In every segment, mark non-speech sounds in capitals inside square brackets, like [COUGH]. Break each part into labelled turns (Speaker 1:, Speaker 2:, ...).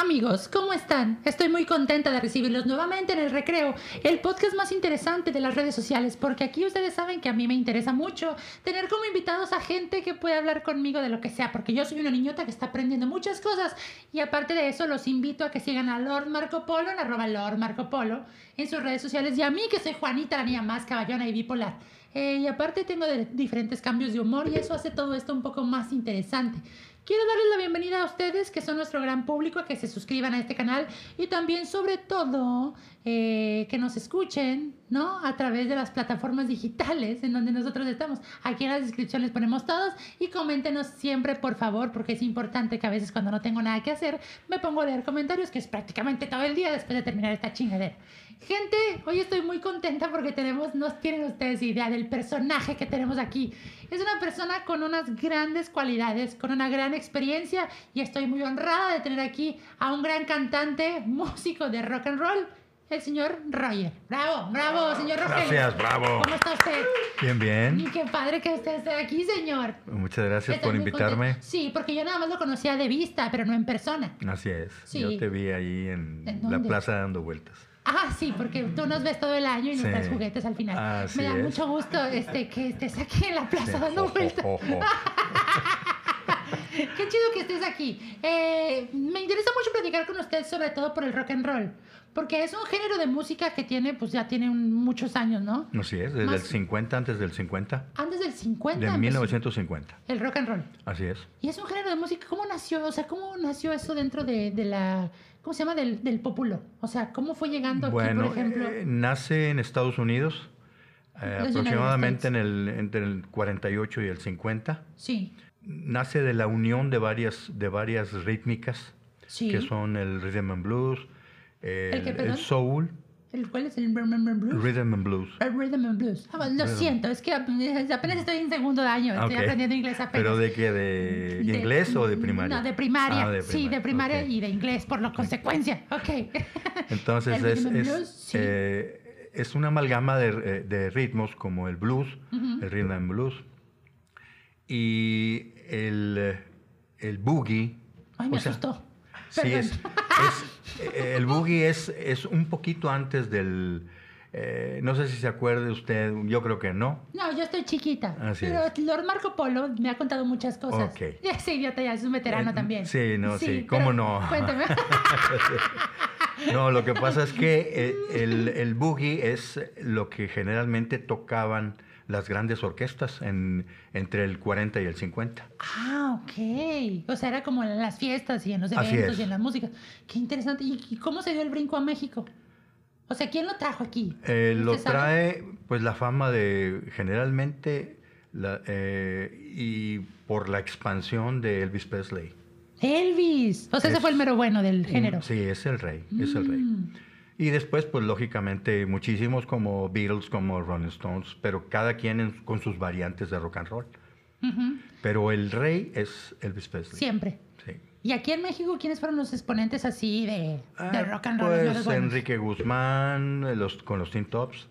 Speaker 1: Amigos, ¿cómo están? Estoy muy contenta de recibirlos nuevamente en el recreo, el podcast más interesante de las redes sociales, porque aquí ustedes saben que a mí me interesa mucho tener como invitados a gente que pueda hablar conmigo de lo que sea, porque yo soy una niñota que está aprendiendo muchas cosas y aparte de eso los invito a que sigan a Lord Marco Polo en arroba Lord Marco Polo en sus redes sociales y a mí que soy Juanita, la niña más caballona y bipolar. Eh, y aparte tengo de- diferentes cambios de humor y eso hace todo esto un poco más interesante. Quiero darles la bienvenida a ustedes, que son nuestro gran público, a que se suscriban a este canal y también, sobre todo, eh, que nos escuchen, ¿no? A través de las plataformas digitales en donde nosotros estamos. Aquí en la descripción les ponemos todos y coméntenos siempre, por favor, porque es importante que a veces cuando no tengo nada que hacer, me pongo a leer comentarios, que es prácticamente todo el día después de terminar esta chingadera. Gente, hoy estoy muy contenta porque tenemos, no tienen ustedes idea del personaje que tenemos aquí. Es una persona con unas grandes cualidades, con una gran experiencia y estoy muy honrada de tener aquí a un gran cantante, músico de rock and roll, el señor Roger. Bravo, bravo, señor Roger.
Speaker 2: Gracias, bravo.
Speaker 1: ¿Cómo está usted? Y
Speaker 2: Bien, bien.
Speaker 1: qué padre que usted esté aquí, señor.
Speaker 2: Muchas gracias
Speaker 1: Estoy
Speaker 2: por
Speaker 1: muy
Speaker 2: invitarme.
Speaker 1: contenta. Sí, porque yo nada más lo conocía de vista, pero no en persona.
Speaker 2: Así es.
Speaker 1: Sí.
Speaker 2: Yo te vi ahí en,
Speaker 1: ¿En
Speaker 2: la
Speaker 1: dónde?
Speaker 2: plaza dando vueltas.
Speaker 1: Ah, sí, porque tú nos ves todo el año y nos
Speaker 2: Sí.
Speaker 1: traes juguetes al final.
Speaker 2: Así
Speaker 1: Me da
Speaker 2: es.
Speaker 1: mucho gusto este, que estés aquí en la plaza
Speaker 2: Sí.
Speaker 1: dando
Speaker 2: Jo, jo,
Speaker 1: vueltas.
Speaker 2: [LAUGHS] jo, jo.
Speaker 1: [LAUGHS] Qué chido que estés aquí. Eh, me interesa mucho platicar con usted, sobre todo por el rock and roll, porque es un género de música que tiene, pues ya tiene un- muchos años, ¿no?
Speaker 2: Así es, desde
Speaker 1: Más-
Speaker 2: el 50, antes del 50.
Speaker 1: Antes del 50.
Speaker 2: De
Speaker 1: empezó
Speaker 2: 1950.
Speaker 1: El rock and roll.
Speaker 2: Así es.
Speaker 1: Y es un género de música. ¿Cómo nació? O sea, ¿cómo nació eso dentro de, de la. ¿Cómo se llama? Del, del populo. O sea, ¿cómo fue llegando aquí,
Speaker 2: Bueno,
Speaker 1: por ejemplo?
Speaker 2: eh, nace en Estados Unidos eh,
Speaker 1: Los United
Speaker 2: aproximadamente
Speaker 1: States.
Speaker 2: en el, entre el 48 y el 50.
Speaker 1: sí.
Speaker 2: Nace de la unión de varias, de varias rítmicas,
Speaker 1: Sí.
Speaker 2: que son el rhythm and blues, el,
Speaker 1: qué,
Speaker 2: el
Speaker 1: perdón?
Speaker 2: soul,
Speaker 1: ¿El, ¿Cuál es el Remember Blues?
Speaker 2: rhythm and blues.
Speaker 1: El Rhythm and Blues. Ah, bueno, lo siento, es que apenas apenas estoy en segundo año, estoy
Speaker 2: Ah, Ok.
Speaker 1: aprendiendo inglés apenas. mm,
Speaker 2: ¿Pero de qué? ¿De, inglés o de primaria?
Speaker 1: No, de primaria.
Speaker 2: Ah, de
Speaker 1: Sí, de primaria
Speaker 2: ok.
Speaker 1: y de inglés, por lo consecuencia. Ok.
Speaker 2: Entonces
Speaker 1: El
Speaker 2: es,
Speaker 1: rhythm and
Speaker 2: es,
Speaker 1: blues, sí.
Speaker 2: eh, es una amalgama de, eh, de ritmos como el blues, el rhythm and blues, y el, eh, el boogie.
Speaker 1: Ay, me
Speaker 2: O sea,
Speaker 1: asustó.
Speaker 2: Sí,
Speaker 1: Perdón.
Speaker 2: es, es- eh, el boogie es, es un poquito antes del... eh, no sé si se acuerde usted, yo creo que no.
Speaker 1: No, yo estoy chiquita.
Speaker 2: Así
Speaker 1: pero
Speaker 2: es.
Speaker 1: Lord Marco Polo me ha contado muchas cosas.
Speaker 2: Ok.
Speaker 1: [LAUGHS] Ese idiota ya es un veterano
Speaker 2: Eh,
Speaker 1: también.
Speaker 2: sí, no, sí, ¿cómo
Speaker 1: pero
Speaker 2: no? [LAUGHS]
Speaker 1: Cuéntame.
Speaker 2: No, lo que pasa es que eh, el, el boogie es lo que generalmente tocaban las grandes orquestas en, entre el 40 y el 50.
Speaker 1: ah, ok. O sea, era como en las fiestas y en los
Speaker 2: Así
Speaker 1: eventos
Speaker 2: es.
Speaker 1: y en la música. Qué interesante. ¿Y y cómo se dio el brinco a México? O sea, ¿quién lo trajo aquí?
Speaker 2: Eh, lo
Speaker 1: ¿Usted sabe?
Speaker 2: trae pues la fama de generalmente la- eh, y por la expansión de Elvis Presley.
Speaker 1: Elvis. O sea, ese
Speaker 2: Es
Speaker 1: fue el mero bueno del
Speaker 2: Un-
Speaker 1: género.
Speaker 2: Sí, es el rey, es el rey.
Speaker 1: Mm.
Speaker 2: Y después pues lógicamente muchísimos como Beatles, como Rolling Stones, pero cada quien en- con sus variantes de rock and roll.
Speaker 1: Ujú.
Speaker 2: Pero el rey es Elvis Presley.
Speaker 1: Siempre.
Speaker 2: Sí.
Speaker 1: ¿Y aquí en México quiénes fueron los exponentes así de,
Speaker 2: Ah,
Speaker 1: de rock and roll?
Speaker 2: Pues
Speaker 1: los más buenos?
Speaker 2: Enrique Guzmán, eh, los, con los Teen Tops,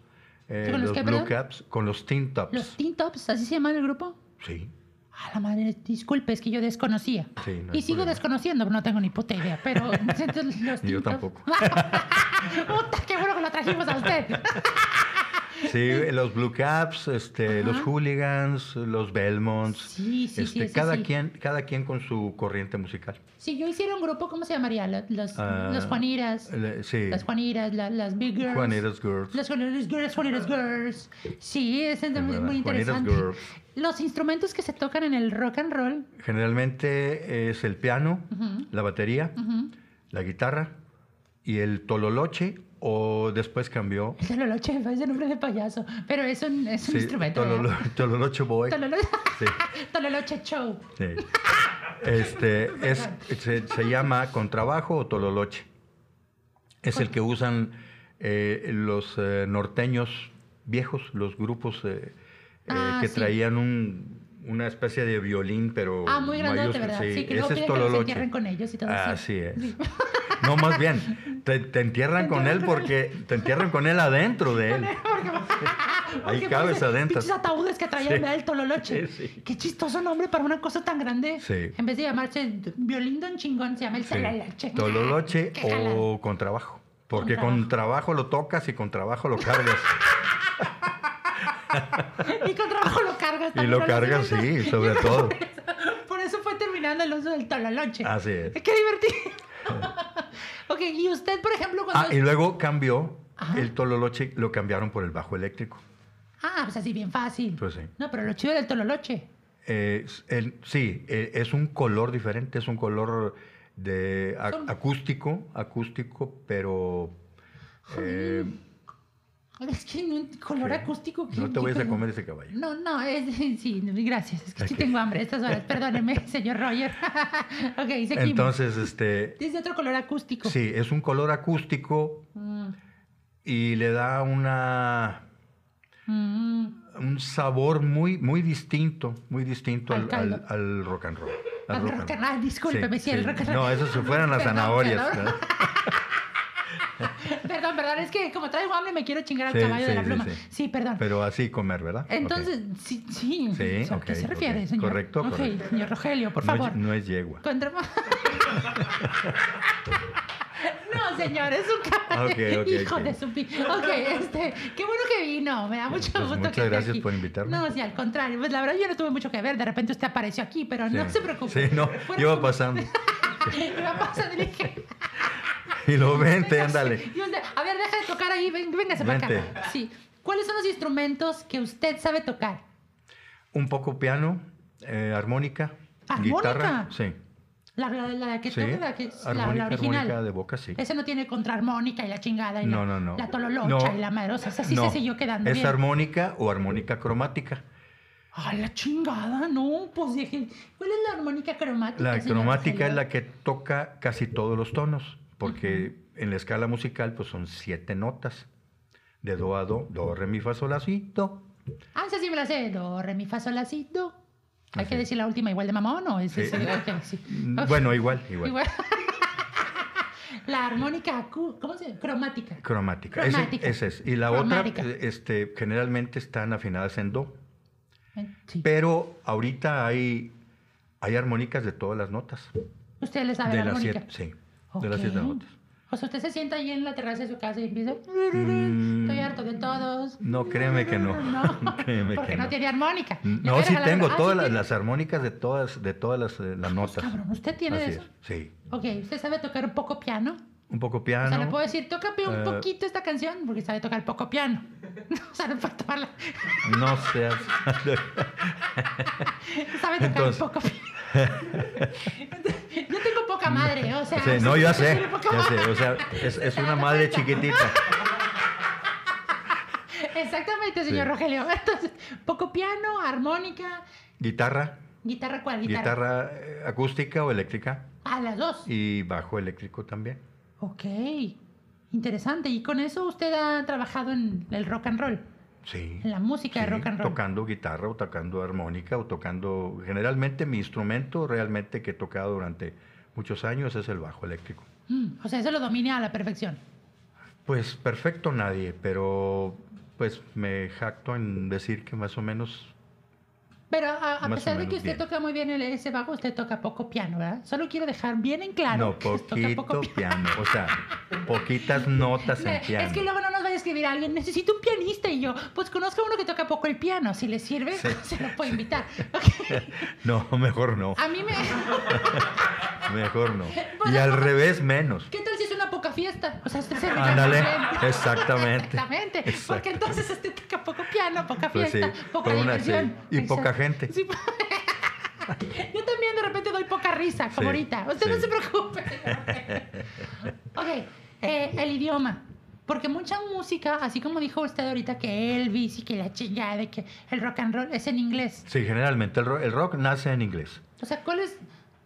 Speaker 2: eh,
Speaker 1: ¿Con los
Speaker 2: los,
Speaker 1: qué,
Speaker 2: Blue
Speaker 1: perdón?
Speaker 2: Caps, con los Teen Tops.
Speaker 1: Los Teen Tops, así se llaman el grupo.
Speaker 2: Sí,
Speaker 1: A la madre, disculpe, es que yo desconocía.
Speaker 2: Sí, no
Speaker 1: y
Speaker 2: hay
Speaker 1: sigo
Speaker 2: problema.
Speaker 1: desconociendo, no tengo ni puta idea, pero [LAUGHS] pues, entonces, los
Speaker 2: Yo
Speaker 1: Teen Tops-
Speaker 2: tampoco.
Speaker 1: [LAUGHS] Puta, qué bueno que lo trajimos a usted. [LAUGHS]
Speaker 2: sí, eh, los Blue Caps, este, los
Speaker 1: Ajá.
Speaker 2: Hooligans, los Belmonts.
Speaker 1: Sí, sí, sí,
Speaker 2: este,
Speaker 1: ese
Speaker 2: cada
Speaker 1: sí.
Speaker 2: quien, cada quien con su corriente musical.
Speaker 1: si yo hiciera un grupo, ¿cómo se llamaría? Los, los,
Speaker 2: Ah,
Speaker 1: los Juaniras.
Speaker 2: le- sí.
Speaker 1: Las Juaniras, la- las Big Girls.
Speaker 2: Juaneras Girls.
Speaker 1: Las Juaneras Girls, Juaneras Girls. Sí, es, es muy,
Speaker 2: verdad,
Speaker 1: muy
Speaker 2: Juaneras
Speaker 1: interesante.
Speaker 2: Girls.
Speaker 1: Los instrumentos que se tocan en el rock and roll.
Speaker 2: Generalmente es el piano, la batería,
Speaker 1: Ujú.
Speaker 2: la guitarra y el tololoche o después cambió.
Speaker 1: El Tololoche, ese nombre de payaso. Pero es un, es un
Speaker 2: sí,
Speaker 1: instrumento. ¿eh?
Speaker 2: tololo-
Speaker 1: ¿verdad?
Speaker 2: tololoche boy.
Speaker 1: Tololo- [LAUGHS]
Speaker 2: Sí.
Speaker 1: Tololoche Show.
Speaker 2: Sí. Este es, se, se llama contrabajo o tololoche. Es el que usan eh, los eh, norteños viejos, los grupos eh, eh,
Speaker 1: Ah,
Speaker 2: que
Speaker 1: sí.
Speaker 2: traían un- una especie de violín, pero
Speaker 1: Ah, muy grandote,
Speaker 2: mayúscula.
Speaker 1: ¿verdad?
Speaker 2: Sí,
Speaker 1: Sí, que luego
Speaker 2: ese es
Speaker 1: piden que los
Speaker 2: tololoche.
Speaker 1: entierren con ellos y todo eso.
Speaker 2: Así es. No, más bien, te, te entierran
Speaker 1: Te
Speaker 2: con él
Speaker 1: entierran con
Speaker 2: porque te entierran con él adentro de él. Ahí
Speaker 1: Porque
Speaker 2: cabes
Speaker 1: parece
Speaker 2: adentro.
Speaker 1: Pinches ataúdes que traía
Speaker 2: Sí.
Speaker 1: el Tololoche.
Speaker 2: Sí, sí.
Speaker 1: Qué chistoso nombre para una cosa tan grande.
Speaker 2: Sí.
Speaker 1: En vez de llamarse violín don chingón, se llama el
Speaker 2: Sí.
Speaker 1: Tololoche.
Speaker 2: Tololoche
Speaker 1: Qué jalada.
Speaker 2: o con trabajo. Porque
Speaker 1: Con
Speaker 2: con trabajo lo tocas y con trabajo lo cargas.
Speaker 1: [LAUGHS] Y con trabajo Pues lo cargas.
Speaker 2: y
Speaker 1: también
Speaker 2: lo
Speaker 1: [LAUGHS] con
Speaker 2: cargas, sí,
Speaker 1: alimentos.
Speaker 2: sobre
Speaker 1: [LAUGHS]
Speaker 2: todo.
Speaker 1: Por eso fue terminando el uso del Tololoche.
Speaker 2: Así es.
Speaker 1: Qué divertido. [LAUGHS] ok, y usted, por ejemplo, cuando...
Speaker 2: Ah, y luego cambió.
Speaker 1: Ajá.
Speaker 2: El tololoche lo cambiaron por el bajo eléctrico.
Speaker 1: Ah, pues así bien fácil.
Speaker 2: Pues sí.
Speaker 1: No, pero lo chido del tololoche.
Speaker 2: Eh, s- el- sí, eh, es un color diferente, es un color de a-
Speaker 1: Son-
Speaker 2: acústico, acústico, pero eh,
Speaker 1: Es que un color
Speaker 2: Sí.
Speaker 1: acústico. que-
Speaker 2: no te
Speaker 1: que
Speaker 2: vayas a
Speaker 1: perdón.
Speaker 2: comer ese caballo.
Speaker 1: No, no, es, [LAUGHS] sí, gracias. Es que sí
Speaker 2: Ok.
Speaker 1: tengo hambre a estas horas. Perdóneme, [LAUGHS] señor Roger. ok, dice aquí.
Speaker 2: Entonces, este,
Speaker 1: Dice otro color acústico.
Speaker 2: sí, es un color acústico
Speaker 1: Mm,
Speaker 2: y le da una
Speaker 1: mm.
Speaker 2: un sabor muy muy distinto, muy distinto
Speaker 1: Al
Speaker 2: al,
Speaker 1: caldo.
Speaker 2: al- al rock and roll.
Speaker 1: Al rock and roll, discúlpeme, sí, el rock and roll.
Speaker 2: No, esas se fueran las
Speaker 1: [LAUGHS] Perdón,
Speaker 2: zanahorias.
Speaker 1: perdón.
Speaker 2: ¿no?
Speaker 1: Perdón, perdón, es que como traigo hambre me quiero chingar al
Speaker 2: Sí,
Speaker 1: caballo de
Speaker 2: sí,
Speaker 1: la
Speaker 2: sí,
Speaker 1: pluma. Sí,
Speaker 2: sí.
Speaker 1: perdón.
Speaker 2: Pero así comer, ¿verdad?
Speaker 1: Entonces,
Speaker 2: Ok.
Speaker 1: sí, sí.
Speaker 2: Sí,
Speaker 1: o sea, ¿A qué
Speaker 2: ok,
Speaker 1: se
Speaker 2: ok.
Speaker 1: refiere, señor?
Speaker 2: Correcto,
Speaker 1: Ok,
Speaker 2: correcto.
Speaker 1: señor Rogelio, por
Speaker 2: No es-
Speaker 1: favor.
Speaker 2: no es yegua.
Speaker 1: Contra- [LAUGHS] no, señor, es un caballo.
Speaker 2: Ok, ok,
Speaker 1: Hijo
Speaker 2: ok.
Speaker 1: de su pi- Ok, este, qué bueno que vino. Me da mucho
Speaker 2: Pues
Speaker 1: gusto
Speaker 2: muchas
Speaker 1: que esté
Speaker 2: gracias
Speaker 1: aquí.
Speaker 2: por invitarme.
Speaker 1: No, sí, al contrario. Pues la verdad yo no tuve mucho que ver. De repente usted apareció aquí, pero no
Speaker 2: Sí.
Speaker 1: se preocupe.
Speaker 2: Sí, no,
Speaker 1: Fueron
Speaker 2: iba
Speaker 1: como-
Speaker 2: pasando.
Speaker 1: [LAUGHS] Iba pasando y le dije,
Speaker 2: [LAUGHS]
Speaker 1: [LAUGHS]
Speaker 2: Y lo vente,
Speaker 1: "Véngase".
Speaker 2: ándale.
Speaker 1: Y usted, a ver, deja de tocar ahí. Ven, véngase para
Speaker 2: Vente.
Speaker 1: acá. Sí. ¿Cuáles son los instrumentos que usted sabe tocar?
Speaker 2: Un poco piano, eh, armónica,
Speaker 1: ¿Armónica?
Speaker 2: guitarra. Sí.
Speaker 1: La, la, la que
Speaker 2: sí.
Speaker 1: toca, la, que, la- la,
Speaker 2: armónica,
Speaker 1: original.
Speaker 2: armónica de boca, sí.
Speaker 1: Ese no tiene contraarmónica y la chingada y
Speaker 2: No,
Speaker 1: la,
Speaker 2: no, no.
Speaker 1: la tololocha
Speaker 2: No.
Speaker 1: y la marosa. Esa sí
Speaker 2: No,
Speaker 1: se siguió quedando
Speaker 2: ¿Es
Speaker 1: bien.
Speaker 2: armónica o armónica cromática?
Speaker 1: Ah, la chingada, no, pues dije, ¿cuál es la armónica cromática?
Speaker 2: La
Speaker 1: señor
Speaker 2: cromática es
Speaker 1: Rogelio?
Speaker 2: la que toca casi todos los tonos, porque en la escala musical pues son siete notas. De do a do, do, re, mi, fa, sol, la, si, do.
Speaker 1: Ah, esa sí me la sé. Do, re, mi, fa, sol, la, si, do. Hay
Speaker 2: Así
Speaker 1: que
Speaker 2: es.
Speaker 1: decir la última igual de mamón o es
Speaker 2: Sí.
Speaker 1: ese-
Speaker 2: [LAUGHS]
Speaker 1: ok, sí.
Speaker 2: Mm,
Speaker 1: Ok,
Speaker 2: Bueno, igual,
Speaker 1: [LAUGHS]
Speaker 2: igual.
Speaker 1: igual. la armónica, acu- ¿cómo se llama? Cromática.
Speaker 2: Cromática. Ese-
Speaker 1: Cromática.
Speaker 2: ese es. Y la
Speaker 1: Cromática.
Speaker 2: otra, eh, este, generalmente están afinadas en do.
Speaker 1: Eh, Sí.
Speaker 2: Pero ahorita hay, hay armónicas de todas las notas.
Speaker 1: Usted le sabe
Speaker 2: de
Speaker 1: la
Speaker 2: las
Speaker 1: armónica.
Speaker 2: siete, sí. De las
Speaker 1: Ok.
Speaker 2: siete notas.
Speaker 1: O sea, usted se sienta ahí en la terraza de su casa y empieza.
Speaker 2: Mm.
Speaker 1: Estoy harto de todos.
Speaker 2: No, créeme que no.
Speaker 1: [LAUGHS] No,
Speaker 2: [LAUGHS] Créeme
Speaker 1: porque
Speaker 2: que
Speaker 1: no.
Speaker 2: no.
Speaker 1: tiene armónica. Le
Speaker 2: No,
Speaker 1: voy a
Speaker 2: sí
Speaker 1: regalar-
Speaker 2: tengo
Speaker 1: Ah, sí
Speaker 2: todas las,
Speaker 1: tiene.
Speaker 2: las armónicas de todas, de todas las, eh, las notas.
Speaker 1: Cabrón, ¿usted tiene
Speaker 2: Así
Speaker 1: eso?
Speaker 2: es, sí.
Speaker 1: Ok, ¿usted sabe tocar un poco piano?
Speaker 2: Un poco
Speaker 1: o sea, le
Speaker 2: piano.
Speaker 1: puedo decir, tócame un
Speaker 2: Ah, Eh.
Speaker 1: poquito esta canción porque sabe tocar poco piano. [LAUGHS] o sea, no para tomarla.
Speaker 2: No seas.
Speaker 1: [LAUGHS] Sabe tocar
Speaker 2: Entonces-
Speaker 1: poco [LAUGHS]
Speaker 2: [LAUGHS]
Speaker 1: piano. Entonces, yo tengo poca madre, o sea.
Speaker 2: Sí, no, yo
Speaker 1: [LAUGHS]
Speaker 2: sé.
Speaker 1: tiene poca
Speaker 2: Ya
Speaker 1: madre.
Speaker 2: sé. O sea, es, es
Speaker 1: Te
Speaker 2: una
Speaker 1: das
Speaker 2: madre
Speaker 1: cuenta.
Speaker 2: chiquitita.
Speaker 1: Exactamente, señor
Speaker 2: Sí.
Speaker 1: Rogelio. [LAUGHS] Entonces, poco piano, armónica,
Speaker 2: Guitarra,
Speaker 1: guitarra, ¿cuál guitarra?
Speaker 2: guitarra eh, acústica o eléctrica.
Speaker 1: A las dos.
Speaker 2: Y bajo eléctrico también.
Speaker 1: Ok, interesante. ¿Y con eso usted ha trabajado en el rock and roll?
Speaker 2: Sí.
Speaker 1: En la música de
Speaker 2: Sí,
Speaker 1: rock and roll.
Speaker 2: Tocando guitarra o tocando armónica o tocando... Generalmente mi instrumento realmente que he tocado durante muchos años es el bajo eléctrico.
Speaker 1: Mm, o sea, eso lo domina a la perfección.
Speaker 2: Pues perfecto nadie, pero pues me jacto en decir que más o menos...
Speaker 1: Pero a, a
Speaker 2: Más o
Speaker 1: pesar de que
Speaker 2: menos
Speaker 1: usted
Speaker 2: bien.
Speaker 1: toca muy bien el, ese bajo, usted toca poco piano, ¿verdad? Solo quiero dejar bien en claro [LAUGHS]
Speaker 2: no,
Speaker 1: que usted
Speaker 2: poquito piano. O sea,
Speaker 1: [LAUGHS]
Speaker 2: poquitas notas en
Speaker 1: Me-
Speaker 2: piano.
Speaker 1: Es que luego no nos va a escribir alguien, necesito un pianista y yo, pues conozco a uno que toca poco el piano, si le sirve,
Speaker 2: Sí.
Speaker 1: [LAUGHS] se lo puedo invitar. Ok.
Speaker 2: No, [LAUGHS] mejor no,
Speaker 1: A mí me... [LAUGHS]
Speaker 2: mejor no.
Speaker 1: Ah, Pues,
Speaker 2: Y al
Speaker 1: ¿cómo?
Speaker 2: revés menos.
Speaker 1: ¿Qué tal si es una poca fiesta? O sea, usted se ríe
Speaker 2: Ándale,
Speaker 1: también. [LAUGHS]
Speaker 2: exactamente.
Speaker 1: Exactamente. Porque
Speaker 2: Exacto.
Speaker 1: entonces este toca poco piano, poca
Speaker 2: Pues
Speaker 1: fiesta,
Speaker 2: sí,
Speaker 1: poca
Speaker 2: con una-
Speaker 1: diversión.
Speaker 2: sí, y
Speaker 1: Exacto.
Speaker 2: poca gente.
Speaker 1: Sí, po- [LAUGHS] Yo también de repente doy poca risa, como
Speaker 2: Sí,
Speaker 1: ahorita. Usted no
Speaker 2: sí.
Speaker 1: se preocupe. [LAUGHS] ok, eh, el idioma. Porque mucha música, así como dijo usted ahorita que Elvis y que la chingada, de que el rock and roll es en inglés.
Speaker 2: Sí, generalmente el ro- el rock nace en inglés.
Speaker 1: O sea, ¿cuál es?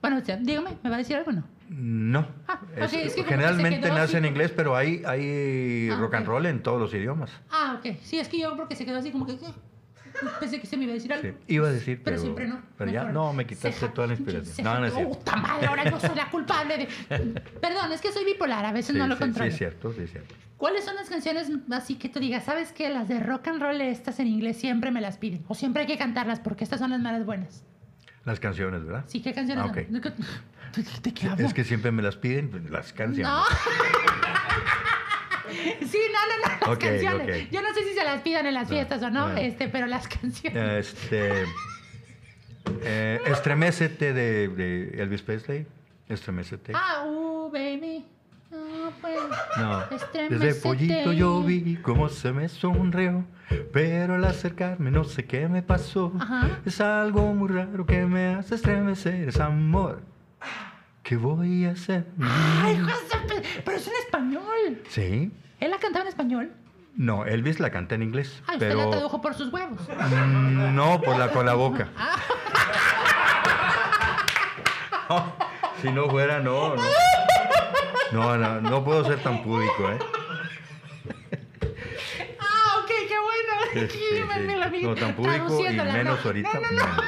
Speaker 1: Bueno, usted, dígame, ¿me va a decir algo o no?
Speaker 2: No.
Speaker 1: Ah, ok, es
Speaker 2: Es-
Speaker 1: que como que se
Speaker 2: generalmente
Speaker 1: quedó así
Speaker 2: nace en
Speaker 1: como-
Speaker 2: inglés, pero hay, hay
Speaker 1: Ah,
Speaker 2: rock and
Speaker 1: ok.
Speaker 2: roll en todos los idiomas.
Speaker 1: Ah, ok. Sí, es que yo porque se quedó así como que... ¿qué? Pensé que se me iba a decir algo.
Speaker 2: Sí, Iba a decir,
Speaker 1: Pero
Speaker 2: pero,
Speaker 1: siempre no.
Speaker 2: pero ya,
Speaker 1: mejor.
Speaker 2: no, me
Speaker 1: Se
Speaker 2: quitaste
Speaker 1: ja-
Speaker 2: toda la
Speaker 1: se
Speaker 2: inspiración. No, no es
Speaker 1: ja-
Speaker 2: cierto.
Speaker 1: Puta
Speaker 2: [LAUGHS]
Speaker 1: madre, ahora yo soy la culpable de... Perdón, es que soy bipolar, a veces
Speaker 2: Sí,
Speaker 1: Este no lo
Speaker 2: sí, sí,
Speaker 1: controlo.
Speaker 2: es cierto, sí, es cierto.
Speaker 1: ¿Cuáles son las canciones así que tú digas, sabes que las de rock and roll estas en inglés siempre me las piden? O siempre hay que cantarlas porque estas son las malas buenas.
Speaker 2: Las canciones, ¿verdad?
Speaker 1: Sí, ¿qué canciones?
Speaker 2: Ah,
Speaker 1: son?
Speaker 2: ok.
Speaker 1: ¿De qué- de qué hablas?
Speaker 2: Es que siempre me las piden, pues, las canciones.
Speaker 1: No. [LAUGHS] Sí, no, no, no, las
Speaker 2: Ok,
Speaker 1: canciones.
Speaker 2: ok.
Speaker 1: Yo no sé si se las pidan en las
Speaker 2: No,
Speaker 1: fiestas o no,
Speaker 2: no.
Speaker 1: este, pero las canciones.
Speaker 2: Este, eh, estremecete de, de Elvis Presley. Estremecete.
Speaker 1: Ah, uh, baby. No, pues.
Speaker 2: No.
Speaker 1: estremecete.
Speaker 2: Desde pollito yo vi cómo se me sonrió. Pero al acercarme no sé qué me pasó.
Speaker 1: Ajá.
Speaker 2: Es algo muy raro que me hace estremecer. Es amor. ¿Qué voy a hacer?
Speaker 1: Ay,
Speaker 2: Mm.
Speaker 1: José, pe- pero es en español.
Speaker 2: Sí.
Speaker 1: Él la cantaba en español.
Speaker 2: No, Elvis la canta en inglés.
Speaker 1: Ah, usted la
Speaker 2: pero
Speaker 1: tradujo por sus huevos.
Speaker 2: Mm, No, por la, con la
Speaker 1: [LAUGHS]
Speaker 2: boca.
Speaker 1: Ah.
Speaker 2: No, si no fuera, no, no. No, no, no puedo ser tan púdico, ¿eh?
Speaker 1: Ah, ok, qué bueno.
Speaker 2: Sí, sí,
Speaker 1: Me- me
Speaker 2: sí.
Speaker 1: la vi
Speaker 2: No, tan púdico y
Speaker 1: traduciéndola,
Speaker 2: menos
Speaker 1: no.
Speaker 2: ahorita.
Speaker 1: No, no, no.
Speaker 2: menos.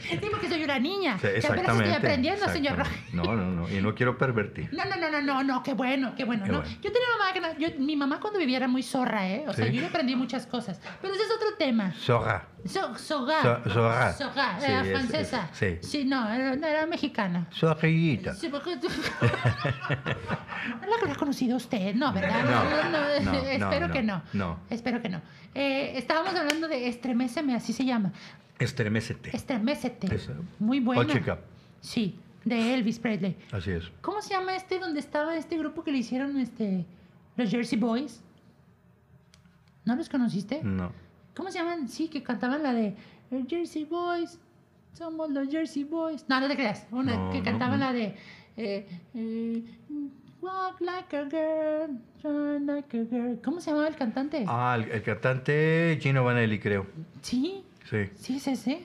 Speaker 1: Sí, porque soy una niña.
Speaker 2: Sí,
Speaker 1: que apenas
Speaker 2: exactamente.
Speaker 1: estoy aprendiendo, señor Rojas.
Speaker 2: exactamente. No, no, no. Y no quiero pervertir.
Speaker 1: No, no, no, no, no, no, qué bueno, qué bueno.
Speaker 2: Qué
Speaker 1: no.
Speaker 2: bueno.
Speaker 1: Yo tenía mamá que no- yo- mi mamá cuando vivía era muy zorra, ¿eh? O sea,
Speaker 2: Sí.
Speaker 1: yo le aprendí muchas cosas. Pero ese es otro tema.
Speaker 2: Zorra.
Speaker 1: So, soga.
Speaker 2: So- soga.
Speaker 1: Soga,
Speaker 2: Sí,
Speaker 1: era
Speaker 2: es- es-
Speaker 1: francesa.
Speaker 2: sí.
Speaker 1: no, era, era mexicana.
Speaker 2: Zorrillita.
Speaker 1: Sí, porque
Speaker 2: [LAUGHS]
Speaker 1: tú- no la habrá conocido usted, no, ¿verdad?
Speaker 2: No, no, no,
Speaker 1: [LAUGHS] espero
Speaker 2: no,
Speaker 1: que no.
Speaker 2: no.
Speaker 1: Espero que no. Eh, estábamos hablando de Estremeceme, así se llama.
Speaker 2: Estremecete.
Speaker 1: Estremecete.
Speaker 2: Esa.
Speaker 1: Muy buena.
Speaker 2: Oh, chica.
Speaker 1: Sí, de Elvis Presley.
Speaker 2: Así es.
Speaker 1: ¿Cómo se llama este donde estaba este grupo que le hicieron este los Jersey Boys? ¿No los conociste?
Speaker 2: No.
Speaker 1: ¿Cómo se llaman? Sí, que cantaban la de "Los Jersey Boys. Somos los Jersey Boys. No, no te creas. Una
Speaker 2: No,
Speaker 1: que
Speaker 2: no,
Speaker 1: cantaban
Speaker 2: no.
Speaker 1: la de eh, eh, Walk like a girl, run like a girl. ¿Cómo se llamaba el cantante?
Speaker 2: Ah, el, el cantante Gino Vanelli, creo.
Speaker 1: Sí,
Speaker 2: Sí.
Speaker 1: sí es ese.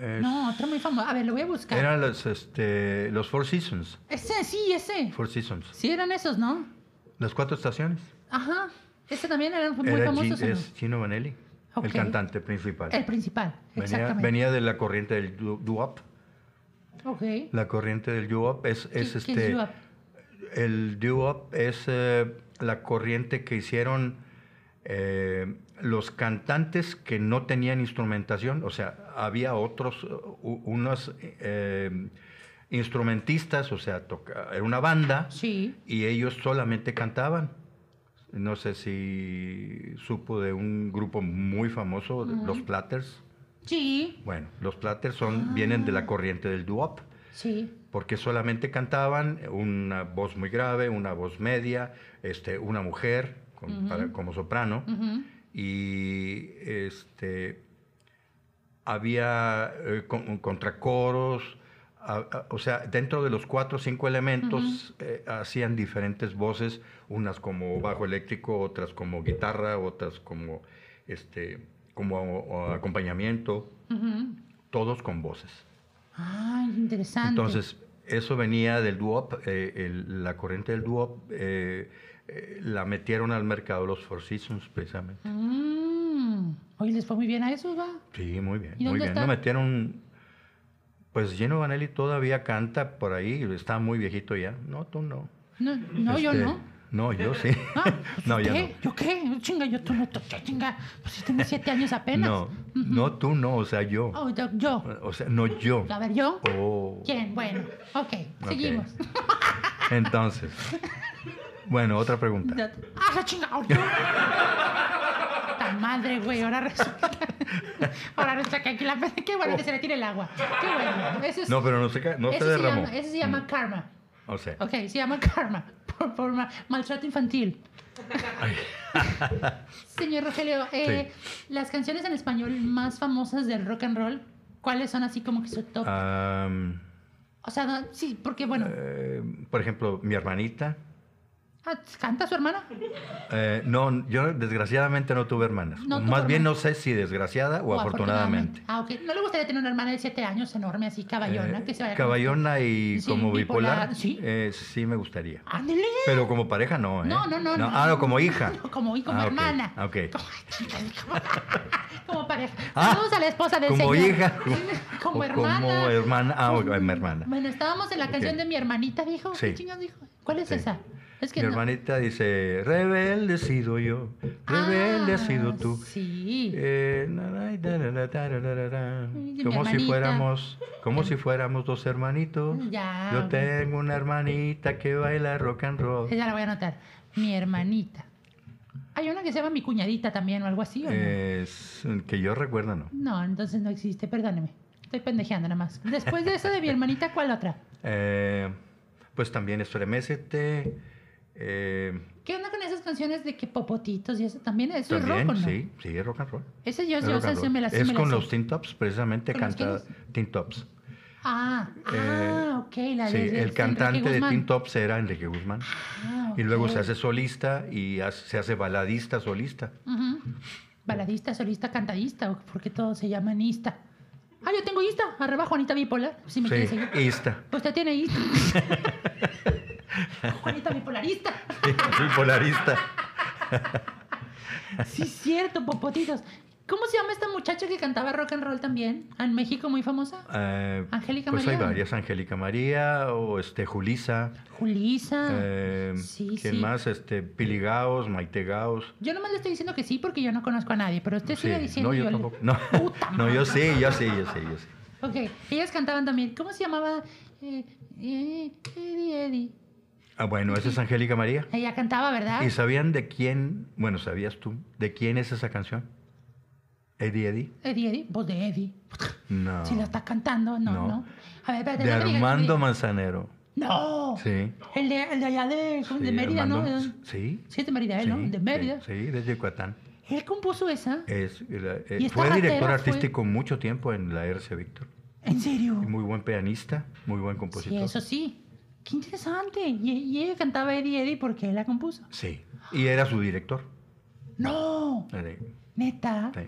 Speaker 2: Es-
Speaker 1: No, otro muy famoso. A ver, lo voy a buscar.
Speaker 2: Eran los, este, los Four Seasons.
Speaker 1: Ese, sí, ese.
Speaker 2: Four Seasons.
Speaker 1: Sí, eran esos, ¿no?
Speaker 2: Las cuatro estaciones.
Speaker 1: Ajá. Ese también eran muy
Speaker 2: Era
Speaker 1: famosos.
Speaker 2: Gi-
Speaker 1: ¿o no?
Speaker 2: es Gino Vanelli,
Speaker 1: Ok.
Speaker 2: el cantante principal.
Speaker 1: El principal,
Speaker 2: venía,
Speaker 1: exactamente.
Speaker 2: venía de la corriente del du- doo-wop.
Speaker 1: Ok.
Speaker 2: La corriente del doo-wop es, es
Speaker 1: ¿Qué- qué
Speaker 2: este.
Speaker 1: doo-wop?
Speaker 2: el doo-wop es eh, la corriente que hicieron eh, los cantantes que no tenían instrumentación. O sea, había otros, u- unos eh, instrumentistas, o sea, toca- era una banda.
Speaker 1: Sí.
Speaker 2: y ellos solamente cantaban. No sé si supo de un grupo muy famoso, de los Platters.
Speaker 1: Sí.
Speaker 2: Bueno, los Platters son, vienen de la corriente del doo-wop,
Speaker 1: Sí.
Speaker 2: porque solamente cantaban una voz muy grave, una voz media, este, una mujer con- para- como soprano
Speaker 1: Ujú.
Speaker 2: y este había eh, con- contracoros, a- a- o sea, dentro de los cuatro o cinco elementos eh, hacían diferentes voces, unas como bajo eléctrico, otras como guitarra, otras como este como o- o acompañamiento,
Speaker 1: Ujú.
Speaker 2: todos con voces.
Speaker 1: Ay, Ah, interesante.
Speaker 2: Entonces, eso venía del duop, eh, el- la corriente del duop eh, eh, la metieron al mercado los Four Seasons precisamente.
Speaker 1: Mm. Oye, les fue muy bien a esos, ¿va?
Speaker 2: Sí, muy bien,
Speaker 1: ¿Y dónde
Speaker 2: muy bien.
Speaker 1: está?
Speaker 2: No metieron. Pues Gino Vanelli todavía canta por ahí, está muy viejito ya. No, tú no.
Speaker 1: No, no yo
Speaker 2: Este,
Speaker 1: no.
Speaker 2: No, yo sí.
Speaker 1: [LAUGHS] Ah, pues,
Speaker 2: [LAUGHS] no, yo
Speaker 1: ¿usted?
Speaker 2: no.
Speaker 1: ¿Yo qué? Oh, Chinga, yo tú no, tú, chinga. Pues yo tengo siete años apenas.
Speaker 2: No, no tú no, o sea, yo.
Speaker 1: Oh, yo, yo.
Speaker 2: O sea, no yo.
Speaker 1: A ver, yo.
Speaker 2: Oh.
Speaker 1: ¿Quién? Bueno, ok, seguimos. [LAUGHS]
Speaker 2: Entonces. Bueno, otra pregunta.
Speaker 1: ¡Ah, la chinga! ¡Ay, no! ¡Ta madre, güey! Ahora resulta. [LAUGHS] Ahora resulta que aquí la. [LAUGHS] ¡Qué bueno que se le tire el agua! ¡Qué bueno! Eso es.
Speaker 2: No, pero no se, ca- no Mm. se
Speaker 1: eso se
Speaker 2: derramó.
Speaker 1: llama, eso se llama karma.
Speaker 2: O sea,
Speaker 1: Ok, se llama karma. Por, por ma- maltrato infantil. [LAUGHS] Señor Rogelio, eh, las canciones en español más famosas del rock and roll, ¿cuáles son así como que su top?
Speaker 2: Ah. am,
Speaker 1: o sea, no- sí, porque bueno,
Speaker 2: eh, por ejemplo, mi hermanita.
Speaker 1: ah, ¿canta su hermana?
Speaker 2: Eh, no, yo desgraciadamente no tuve hermanas.
Speaker 1: No tuvo
Speaker 2: Más bien
Speaker 1: hermanas.
Speaker 2: no sé si desgraciada o, afortunadamente.
Speaker 1: Ah, ok. ¿No le gustaría tener una hermana de 7 años enorme, así caballona,
Speaker 2: Eh,
Speaker 1: que se vaya con
Speaker 2: caballona y
Speaker 1: Sí,
Speaker 2: como bipolar,
Speaker 1: bipolar, sí.
Speaker 2: eh, sí me gustaría.
Speaker 1: usted? ¡Ándele!
Speaker 2: Pero como pareja no, ¿eh?
Speaker 1: No, no, no, no.
Speaker 2: Ah, no, como hija.
Speaker 1: No, [LAUGHS] como hijo, como
Speaker 2: Ah, ok,
Speaker 1: hermana.
Speaker 2: ah, ok.
Speaker 1: Como,
Speaker 2: [LAUGHS]
Speaker 1: como pareja.
Speaker 2: Ah,
Speaker 1: Saludos a la esposa del
Speaker 2: como
Speaker 1: señor.
Speaker 2: hija, como-
Speaker 1: [LAUGHS] Como
Speaker 2: o
Speaker 1: hermana.
Speaker 2: como hermana. Ah, ok, mi hermana.
Speaker 1: Bueno, estábamos en la
Speaker 2: Ok.
Speaker 1: canción de mi hermanita, dijo. ¿Qué
Speaker 2: Sí.
Speaker 1: chingas dijo? ¿Cuál es
Speaker 2: Sí.
Speaker 1: esa? Es que
Speaker 2: Mi
Speaker 1: no-
Speaker 2: hermanita dice, rebelde he sido yo, rebelde
Speaker 1: Ah,
Speaker 2: has sido tú.
Speaker 1: Sí.
Speaker 2: Eh, na, na, na, na, na, na, na, na, na.
Speaker 1: Ay, de mi
Speaker 2: Como si
Speaker 1: hermanita. Mm,
Speaker 2: fuéramos, como si fuéramos dos hermanitos.
Speaker 1: Ya,
Speaker 2: Yo
Speaker 1: ok.
Speaker 2: tengo una hermanita que baila rock and roll.
Speaker 1: Esa la voy a anotar. Mi hermanita. Hay una que se llama mi cuñadita también o algo así, ¿o no?
Speaker 2: Eh. Es- que yo recuerdo, no.
Speaker 1: No, entonces no existe, perdóneme. Estoy pendejeando nada más. Después de esa de mi hermanita, ¿cuál otra?
Speaker 2: Eh, pues también estremecete. Eh,
Speaker 1: ¿Qué onda con esas canciones de que popotitos y eso también? ¿Eso es
Speaker 2: también,
Speaker 1: rock o no?
Speaker 2: sí, sí, es rock and roll.
Speaker 1: Ese yo,
Speaker 2: Es
Speaker 1: yo
Speaker 2: rock and
Speaker 1: esa sí
Speaker 2: roll.
Speaker 1: me la sí
Speaker 2: Es
Speaker 1: me la
Speaker 2: con
Speaker 1: sé.
Speaker 2: los Teen Tops, precisamente
Speaker 1: ¿Con los
Speaker 2: canta Teen Tops.
Speaker 1: Ah,
Speaker 2: Eh,
Speaker 1: ah, ok. La
Speaker 2: Sí,
Speaker 1: de, de
Speaker 2: el
Speaker 1: Enrique
Speaker 2: cantante de
Speaker 1: Guzmán.
Speaker 2: Teen Tops era Enrique Guzmán.
Speaker 1: Ah,
Speaker 2: Y luego se
Speaker 1: ok.
Speaker 2: hace solista y hace- se hace baladista solista.
Speaker 1: Ujú. Baladista, solista, cantadista, o porque todos se llaman Ista. Ah, yo tengo Ista, arroba Juanita Bipolar, si me quiere
Speaker 2: Sí,
Speaker 1: seguir.
Speaker 2: [LAUGHS] esta.
Speaker 1: Usted tiene Ista.
Speaker 2: [LAUGHS]
Speaker 1: Juanita Bipolarista.
Speaker 2: Soy polarista.
Speaker 1: Sí, es cierto, popotitos. ¿Cómo se llama esta muchacha que cantaba rock and roll también? Ah, En México, muy famosa.
Speaker 2: Eh,
Speaker 1: Ah, Angélica
Speaker 2: pues hay
Speaker 1: María.
Speaker 2: varias, Angélica María o este Julisa,
Speaker 1: Julisa.
Speaker 2: eh,
Speaker 1: Ah, sí,
Speaker 2: ¿quién
Speaker 1: sí.
Speaker 2: más? Este Pili Gaos, Maite Gaos.
Speaker 1: Yo nomás le estoy diciendo que sí porque yo no conozco a nadie, pero usted sigue diciendo.
Speaker 2: no,
Speaker 1: y
Speaker 2: yo
Speaker 1: le-
Speaker 2: tampoco. No,
Speaker 1: [LAUGHS] Puta
Speaker 2: no, yo
Speaker 1: madre.
Speaker 2: sí, yo sí, yo sí, yo sí.
Speaker 1: Ok, ellas cantaban también. ¿Cómo se llamaba? Eh, eh, Eddie, Eddie.
Speaker 2: Ah, bueno, esa es Angélica María.
Speaker 1: Ella cantaba, ¿verdad?
Speaker 2: ¿Y sabían de quién? Bueno, ¿sabías tú? ¿De quién es esa canción? ¿Eddie Eddie?
Speaker 1: Eddie, Eddie, voz de Eddie.
Speaker 2: No.
Speaker 1: Si la está cantando, no, no.
Speaker 2: No.
Speaker 1: A ver, espérate.
Speaker 2: De
Speaker 1: no me digas,
Speaker 2: Armando
Speaker 1: no me
Speaker 2: Manzanero.
Speaker 1: digas. No.
Speaker 2: Sí.
Speaker 1: El de, el de allá de, ¿cómo? Oh. de
Speaker 2: Sí,
Speaker 1: Mérida,
Speaker 2: Armando-
Speaker 1: ¿no? ¿De dónde?
Speaker 2: Sí.
Speaker 1: Sí, es de Mérida, ¿eh, ¿no?
Speaker 2: sí,
Speaker 1: De Mérida.
Speaker 2: Sí, sí, de Yucatán.
Speaker 1: Él compuso esa.
Speaker 2: Es, la- eh,
Speaker 1: ¿Y esta
Speaker 2: fue director
Speaker 1: ratera fue-
Speaker 2: artístico mucho tiempo en la RC Víctor.
Speaker 1: ¿En serio?
Speaker 2: Y Muy buen pianista, muy buen
Speaker 1: Oh. Sí,
Speaker 2: compositor.
Speaker 1: eso sí. Qué interesante. Y, y ella cantaba Eddie, Eddie porque él la compuso.
Speaker 2: Sí. Y era su director.
Speaker 1: No,
Speaker 2: Eh,
Speaker 1: neta.
Speaker 2: sí.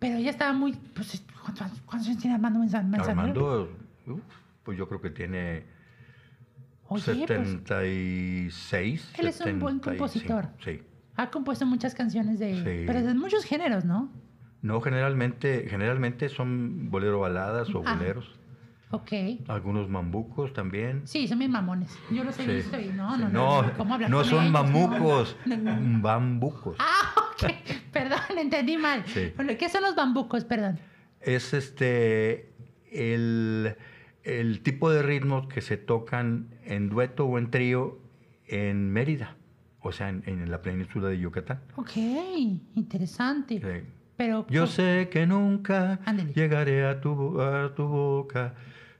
Speaker 1: Pero ella estaba muy. Pues, ¿Cuántos cuántos años tiene Armando Manzan- Manzanero?
Speaker 2: Armando, uf, pues yo creo que tiene
Speaker 1: Oye, pues,
Speaker 2: 76.
Speaker 1: él es un buen
Speaker 2: 75,
Speaker 1: compositor.
Speaker 2: Sí.
Speaker 1: ha compuesto muchas canciones de.
Speaker 2: Sí.
Speaker 1: Pero de muchos géneros, ¿no?
Speaker 2: No, generalmente, generalmente son bolero baladas o
Speaker 1: Ah.
Speaker 2: boleros.
Speaker 1: Ok.
Speaker 2: Algunos mambucos también.
Speaker 1: Sí, son mis mamones. Yo los he
Speaker 2: Sí.
Speaker 1: visto y no, no,
Speaker 2: Sí.
Speaker 1: no.
Speaker 2: No,
Speaker 1: ¿cómo hablar
Speaker 2: no
Speaker 1: con
Speaker 2: son
Speaker 1: ellos?
Speaker 2: mamucos,
Speaker 1: [LAUGHS] No, no, no.
Speaker 2: bambucos.
Speaker 1: Ah, ok. Perdón, entendí mal.
Speaker 2: Sí.
Speaker 1: ¿Qué son los bambucos? Perdón.
Speaker 2: Es este el, el tipo de ritmos que se tocan en dueto o en trío en Mérida, o sea, en, en la península de Yucatán. Eh,
Speaker 1: Ok, interesante.
Speaker 2: Sí.
Speaker 1: Pero.
Speaker 2: Yo
Speaker 1: ¿cómo-
Speaker 2: sé que nunca
Speaker 1: Ándele.
Speaker 2: llegaré a tu, bo- a tu boca.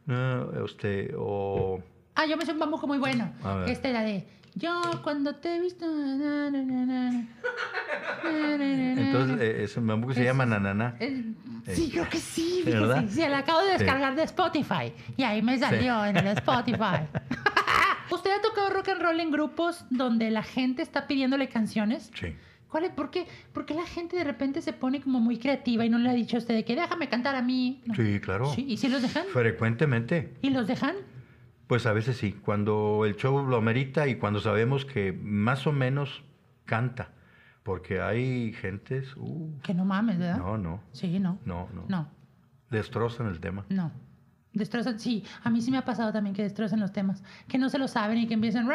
Speaker 2: No, este, o
Speaker 1: Ah, yo me sé un bambuco muy bueno.
Speaker 2: A ver.
Speaker 1: Esta era de. Yo cuando te he visto. na, na, na, na, na, na, na, na".
Speaker 2: entonces eh, es un bambuco que se
Speaker 1: Ese
Speaker 2: llama
Speaker 1: Mm. es-
Speaker 2: nananá.
Speaker 1: Eh,
Speaker 2: Eh,
Speaker 1: Sí, creo que sí, fíjese.
Speaker 2: ¿verdad?
Speaker 1: Sí, la acabo de
Speaker 2: Sí.
Speaker 1: descargar de Spotify. Y ahí me salió
Speaker 2: [LAUGHS]
Speaker 1: en el Spotify. [LAUGHS] ¿Usted ha tocado rock and roll en grupos donde la gente está pidiéndole canciones?
Speaker 2: Sí.
Speaker 1: ¿Cuál es? ¿Por qué? ¿Por qué la gente de repente se pone como muy creativa y no le ha dicho a usted de que déjame cantar a mí? No.
Speaker 2: Sí, claro.
Speaker 1: Sí, ¿Y si los dejan?
Speaker 2: Frecuentemente.
Speaker 1: ¿Y los dejan?
Speaker 2: Pues a veces sí, cuando el show lo amerita y cuando sabemos que más o menos canta, porque hay gentes, uh,
Speaker 1: Que no mames, ¿verdad?
Speaker 2: no, no,
Speaker 1: Sí, no.
Speaker 2: no, no,
Speaker 1: No,
Speaker 2: destrozan el tema.
Speaker 1: no. Destrozan, sí. A mí sí me ha pasado también que destrozan los temas. Que no se lo saben y que empiezan...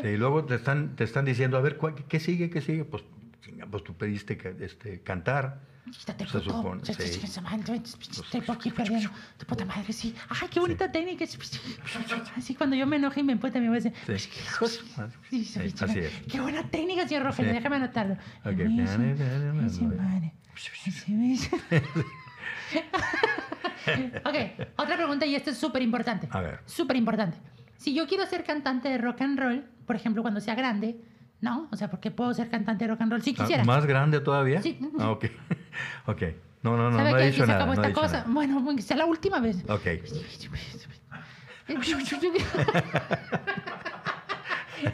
Speaker 2: Sí, y luego te están, te están diciendo, a ver, ¿cuál- ¿qué sigue? ¿Qué sigue? Pues, chinga, pues tú pediste ca- este, cantar.
Speaker 1: Quítate,
Speaker 2: Se
Speaker 1: puto.
Speaker 2: supone,
Speaker 1: Sí, sí,
Speaker 2: sí.
Speaker 1: sí, sí, man, Estoy por aquí perdiendo. Tu puta madre, sí. Ay, qué bonita técnica. Así cuando yo me enojo y me emputa, me voy a decir. sí,
Speaker 2: Sí.
Speaker 1: sí,
Speaker 2: Sí,
Speaker 1: pinche
Speaker 2: así
Speaker 1: madre.
Speaker 2: es.
Speaker 1: Qué buena técnica, señor Rogelio.
Speaker 2: Sí.
Speaker 1: Déjame anotarlo.
Speaker 2: Ok.
Speaker 1: Ay, sí, ay, sí, madre. Ay, sí, sí. [LAUGHS] ok, otra pregunta y esta es súper importante.
Speaker 2: A ver.
Speaker 1: Súper importante. Si yo quiero ser cantante de rock and roll, por ejemplo, cuando sea grande, ¿no? O sea, porque puedo ser cantante de rock and roll si
Speaker 2: Ah,
Speaker 1: quisiera.
Speaker 2: ¿Más grande todavía?
Speaker 1: Sí.
Speaker 2: Ah, ok. [LAUGHS] ok. No, no, no,
Speaker 1: ¿Sabe
Speaker 2: no
Speaker 1: que
Speaker 2: he
Speaker 1: aquí
Speaker 2: dicho
Speaker 1: se
Speaker 2: nada.
Speaker 1: acabó
Speaker 2: no
Speaker 1: esta
Speaker 2: he dicho
Speaker 1: cosa?
Speaker 2: nada.
Speaker 1: Bueno, aunque sea la última vez.
Speaker 2: Ok.
Speaker 1: [LAUGHS]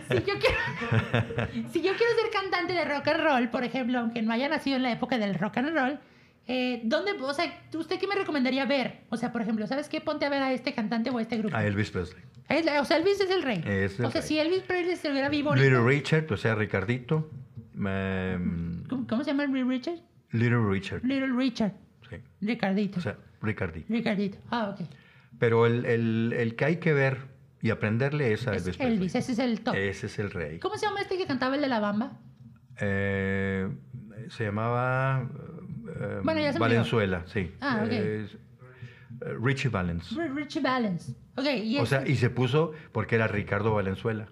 Speaker 1: si, yo quiero, si yo quiero ser cantante de rock and roll, por ejemplo, aunque no haya nacido en la época del rock and roll, eh, ¿dónde, o sea, ¿usted qué me recomendaría ver? O sea, por ejemplo, ¿sabes qué? Ponte a ver a este cantante o a este grupo.
Speaker 2: A Elvis Presley.
Speaker 1: Es la- o sea, Elvis es el rey.
Speaker 2: Es el
Speaker 1: o sea,
Speaker 2: rey.
Speaker 1: si Elvis Presley estuviera vivo ahorita-
Speaker 2: Little Richard, o sea, Ricardito. em,
Speaker 1: ¿Cómo, cómo se llama el Richard?
Speaker 2: Little Richard.
Speaker 1: Little Richard.
Speaker 2: Sí.
Speaker 1: Ricardito.
Speaker 2: O sea, Ricardito.
Speaker 1: Ricardito. Ah, ok.
Speaker 2: Pero el, el- el que hay que ver y aprenderle esa
Speaker 1: Es
Speaker 2: Elvis Presley. Eh,
Speaker 1: Elvis, ese es el top.
Speaker 2: Ese es el rey.
Speaker 1: ¿Cómo se llama este que cantaba el de la bamba?
Speaker 2: Eh, se llamaba eh,
Speaker 1: Bueno, ya se me
Speaker 2: Valenzuela, sí.
Speaker 1: Ah, ok.
Speaker 2: Es, eh, Richie Valens.
Speaker 1: R- Pues Richie Valens. Ok, y
Speaker 2: O sea,
Speaker 1: este-
Speaker 2: y se puso porque era Ricardo Valenzuela.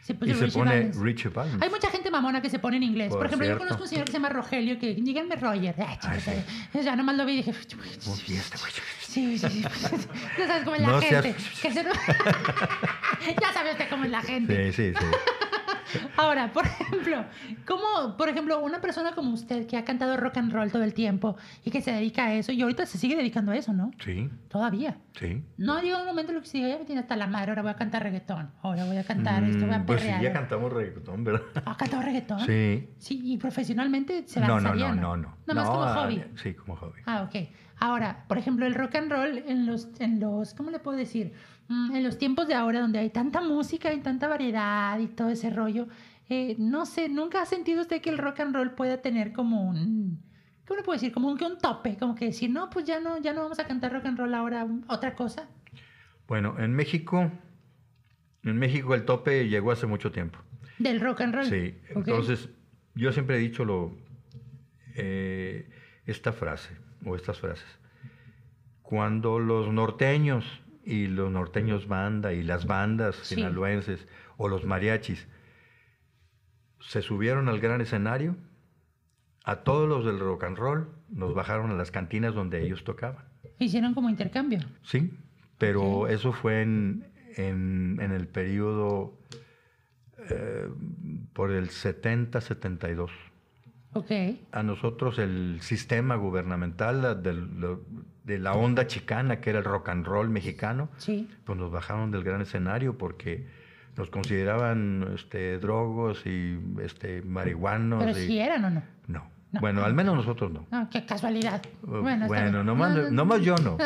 Speaker 1: se puso
Speaker 2: Y se
Speaker 1: Pues Richie
Speaker 2: pone
Speaker 1: Valens.
Speaker 2: Richie Valens.
Speaker 1: Hay mucha gente mamona que se pone en inglés. Por,
Speaker 2: Por
Speaker 1: ejemplo, yo
Speaker 2: cierto.
Speaker 1: conozco un señor que se llama Rogelio, que díganme Roger. Ah,
Speaker 2: Ah,
Speaker 1: chica, Ya nomás lo vi y dije...
Speaker 2: Oh, sí, este güey.
Speaker 1: Sí, sí, sí.
Speaker 2: [LAUGHS]
Speaker 1: No sabes cómo es la
Speaker 2: No seas-
Speaker 1: gente. que se- [LAUGHS] ya sabe usted cómo es la gente.
Speaker 2: Sí, sí, sí.
Speaker 1: Ahora, por ejemplo, ¿cómo, por ejemplo, una persona como usted que ha cantado rock and roll todo el tiempo y que se dedica a eso y ahorita se sigue dedicando a eso, ¿no?
Speaker 2: Sí,
Speaker 1: Todavía.
Speaker 2: sí.
Speaker 1: No llega un momento en el que se diga, ya me tiene hasta la madre, ahora voy a cantar reggaetón, ahora voy a cantar esto, voy a
Speaker 2: Mm, pues sí,
Speaker 1: perrear.
Speaker 2: ya cantamos reggaetón, ¿verdad?
Speaker 1: ¿Ha cantado reggaetón?
Speaker 2: Sí.
Speaker 1: Sí, y profesionalmente se
Speaker 2: No, no,
Speaker 1: lanzaría,
Speaker 2: no, no, no.
Speaker 1: Nada más como
Speaker 2: ah,
Speaker 1: hobby.
Speaker 2: Sí, como hobby.
Speaker 1: Ah, ok. Ahora, por ejemplo, el rock and roll en los, en los, ¿cómo le puedo decir? Mm, En los tiempos de ahora donde hay tanta música y tanta variedad y todo ese rollo, eh, no sé, ¿nunca ha sentido usted que el rock and roll pueda tener como un, ¿cómo le puedo decir? Como un, que un tope, como que decir, no, pues ya no, ya no vamos a cantar rock and roll ahora, mm, otra cosa.
Speaker 2: Bueno, en México, en México el tope llegó hace mucho tiempo.
Speaker 1: Del rock and roll.
Speaker 2: Sí,
Speaker 1: Ok.
Speaker 2: entonces yo siempre he dicho lo, eh, esta frase o estas frases. Cuando los norteños y los norteños banda y las bandas
Speaker 1: Sí.
Speaker 2: sinaloenses o los mariachis se subieron al gran escenario, a todos los del rock and roll nos bajaron a las cantinas donde ellos tocaban.
Speaker 1: Hicieron como intercambio.
Speaker 2: Sí, pero
Speaker 1: Ok.
Speaker 2: eso fue en, en- en el periodo eh, por el 70-72.
Speaker 1: Ok.
Speaker 2: A nosotros el sistema gubernamental la del- lo- de la onda chicana, que era el rock and roll mexicano,
Speaker 1: Sí.
Speaker 2: pues nos bajaron del gran escenario porque nos consideraban este, drogos y este, marihuanos.
Speaker 1: Pero
Speaker 2: y-
Speaker 1: si eran o no.
Speaker 2: No.
Speaker 1: No.
Speaker 2: Bueno, al menos nosotros no.
Speaker 1: Ah, qué casualidad.
Speaker 2: Uh,
Speaker 1: Bueno, está
Speaker 2: Bueno,
Speaker 1: bien.
Speaker 2: nomás,
Speaker 1: No, no, [LAUGHS]
Speaker 2: nomás yo no.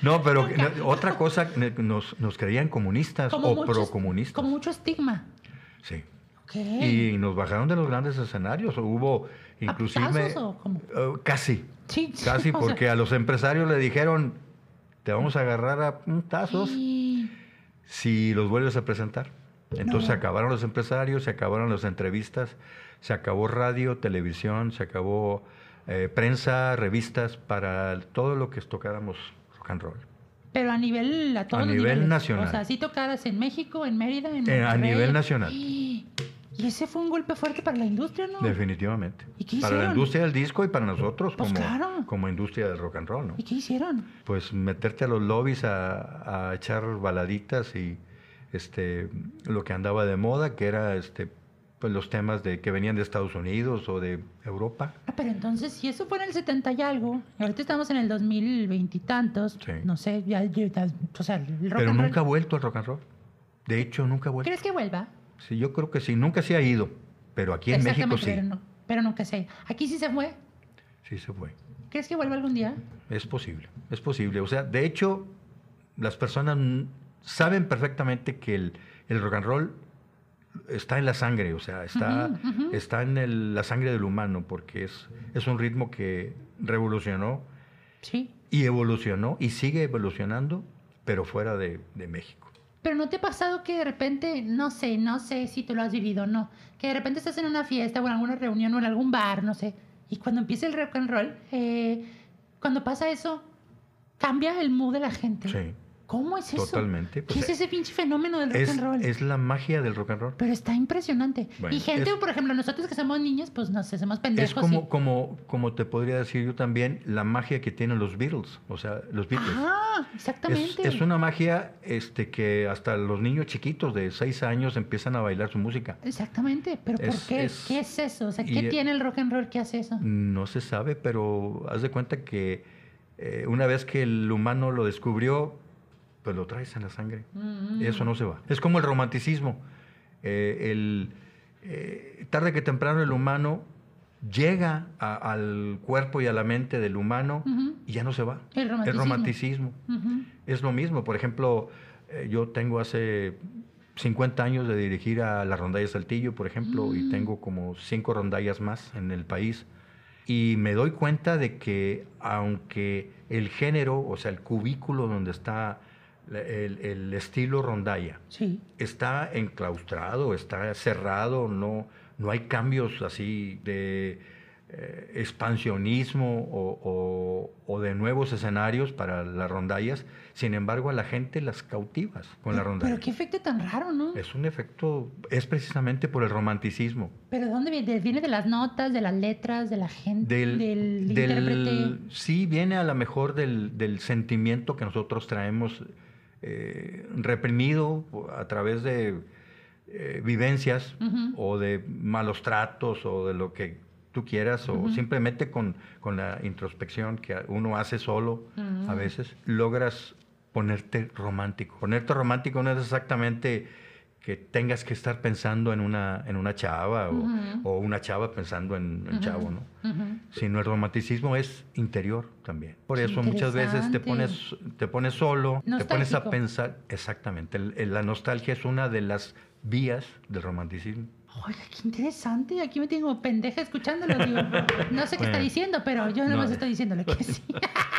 Speaker 2: no, pero que- no, otra cosa, ne- nos, nos creían comunistas
Speaker 1: como
Speaker 2: o
Speaker 1: mucho-
Speaker 2: procomunistas.
Speaker 1: Como mucho estigma.
Speaker 2: Sí.
Speaker 1: Ok.
Speaker 2: Y nos bajaron de los grandes escenarios. Hubo
Speaker 1: ¿A
Speaker 2: inclusive...
Speaker 1: putazos o cómo?
Speaker 2: eh, casi,
Speaker 1: Sí, sí, [LAUGHS]
Speaker 2: casi,
Speaker 1: o sea,
Speaker 2: porque a los empresarios le dijeron, te vamos a agarrar a puntazos
Speaker 1: sí.
Speaker 2: si los vuelves a presentar. Entonces se acabaron los empresarios, se acabaron las entrevistas, se acabó radio, televisión, se acabó eh, prensa, revistas, para todo lo que tocáramos rock and roll.
Speaker 1: Pero a nivel a todos
Speaker 2: A
Speaker 1: los
Speaker 2: nivel
Speaker 1: niveles.
Speaker 2: nacional.
Speaker 1: O sea, si tocaras en México, en Mérida, en
Speaker 2: Eh, a
Speaker 1: Monterrey.
Speaker 2: nivel nacional.
Speaker 1: [GASPS] Y y ese fue un golpe fuerte para la industria, ¿no?
Speaker 2: Definitivamente.
Speaker 1: ¿Y qué
Speaker 2: para la
Speaker 1: hicieron?
Speaker 2: industria del disco y para nosotros
Speaker 1: Pues
Speaker 2: como,
Speaker 1: claro.
Speaker 2: como industria del rock and roll, ¿no?
Speaker 1: ¿Y qué hicieron?
Speaker 2: Pues meterte a los lobbies a, a echar baladitas y este lo que andaba de moda, que era este pues los temas de que venían de Estados Unidos o de Europa.
Speaker 1: Ah, pero entonces, si eso fue en el 70 y algo, y ahorita estamos en el 2020 y tantos,
Speaker 2: Sí.
Speaker 1: no sé, ya, ya- ya- o sea, el rock
Speaker 2: Pero
Speaker 1: and roll-
Speaker 2: nunca ha vuelto al rock and roll. De hecho, nunca ha vuelto.
Speaker 1: ¿Crees que vuelva?
Speaker 2: Sí, yo creo que sí. Nunca se ha ido. Pero aquí en México sí.
Speaker 1: Pero, no- pero nunca sé. Aquí sí se fue.
Speaker 2: Sí se fue.
Speaker 1: ¿Crees que vuelva algún día?
Speaker 2: Es posible. Es posible. O sea, de hecho, las personas mm, saben perfectamente que el, el rock and roll está en la sangre. O sea, está,
Speaker 1: Ujú, ujú.
Speaker 2: está en el- la sangre del humano porque es, es un ritmo que revolucionó
Speaker 1: Sí.
Speaker 2: y evolucionó y sigue evolucionando, pero fuera de, de México.
Speaker 1: Pero ¿no te ha pasado que de repente, no sé, no sé si tú lo has vivido o no, que de repente estás en una fiesta o en alguna reunión o en algún bar, no sé, y cuando empieza el rock and roll, eh, cuando pasa eso, cambia el mood de la gente?
Speaker 2: Sí.
Speaker 1: ¿Cómo es eso?
Speaker 2: Totalmente, pues,
Speaker 1: ¿Qué es ese pinche fenómeno del rock
Speaker 2: Es,
Speaker 1: and roll?
Speaker 2: es la magia del rock and roll.
Speaker 1: Pero está impresionante.
Speaker 2: Bueno,
Speaker 1: y gente,
Speaker 2: es-
Speaker 1: por ejemplo, nosotros que somos niños, pues nos hacemos pendejos.
Speaker 2: Es como,
Speaker 1: y-
Speaker 2: como, como te podría decir yo también, la magia que tienen los Beatles, o sea, los Beatles.
Speaker 1: Ajá,
Speaker 2: Es,
Speaker 1: exactamente.
Speaker 2: es una magia este, que hasta los niños chiquitos de 6 años empiezan a bailar su música.
Speaker 1: Exactamente. ¿Pero por
Speaker 2: Es-
Speaker 1: qué?
Speaker 2: es-
Speaker 1: ¿Qué es eso? O sea,
Speaker 2: y- eh,
Speaker 1: ¿qué tiene el rock and roll que hace eso?
Speaker 2: No se sabe, pero haz de cuenta que eh, una vez que el humano lo descubrió, pues lo traes en la sangre.
Speaker 1: Mm, mm.
Speaker 2: Eso no se va. Es como el romanticismo. Eh, el, eh, tarde que temprano el humano llega a- al cuerpo y a la mente del humano
Speaker 1: Ujú.
Speaker 2: y ya no se va.
Speaker 1: El romanticismo.
Speaker 2: romanticismo.
Speaker 1: Ujú.
Speaker 2: Es lo mismo. Por ejemplo, eh, yo tengo hace 50 años de dirigir a la rondalla Saltillo, por ejemplo, y tengo como cinco rondallas más en el país. Y me doy cuenta de que aunque el género, o sea, el cubículo donde está la- el, el estilo rondalla,
Speaker 1: Sí.
Speaker 2: está enclaustrado, está cerrado, no, no hay cambios así de eh, expansionismo o, o- o de nuevos escenarios para las rondallas. Sin embargo, a la gente las cautivas con la rondalla.
Speaker 1: Pero qué efecto tan raro, ¿no?
Speaker 2: Es un efecto, es precisamente por el romanticismo.
Speaker 1: Pero ¿de dónde viene? ¿Viene de las notas, de las letras, de la gente,
Speaker 2: Del,
Speaker 1: del,
Speaker 2: del-
Speaker 1: intérprete?
Speaker 2: sí, viene a lo mejor del, del sentimiento que nosotros traemos eh, reprimido a través de eh, vivencias
Speaker 1: Ujú.
Speaker 2: o de malos tratos o de lo que tú quieras o
Speaker 1: Ujú.
Speaker 2: simplemente con, con la introspección que uno hace solo
Speaker 1: Mm.
Speaker 2: a veces, logras ponerte romántico. Ponerte romántico no es exactamente que tengas que estar pensando en una, en una chava o,
Speaker 1: Ujú.
Speaker 2: o una chava pensando en un
Speaker 1: Ujú.
Speaker 2: chavo, ¿no?
Speaker 1: Ujú.
Speaker 2: Sino el romanticismo es interior también. Por
Speaker 1: Qué
Speaker 2: eso muchas veces te
Speaker 1: interesante.
Speaker 2: pones, te pones solo, te pones
Speaker 1: Nostálgico.
Speaker 2: a pensar. Exactamente. El- el- la nostalgia es una de las vías del romanticismo.
Speaker 1: Oiga, qué interesante. Aquí me tengo pendeja escuchándolo. Digo, no sé qué está
Speaker 2: Bueno.
Speaker 1: diciendo, pero yo nomás
Speaker 2: No.
Speaker 1: estoy diciéndole que sí. [LAUGHS]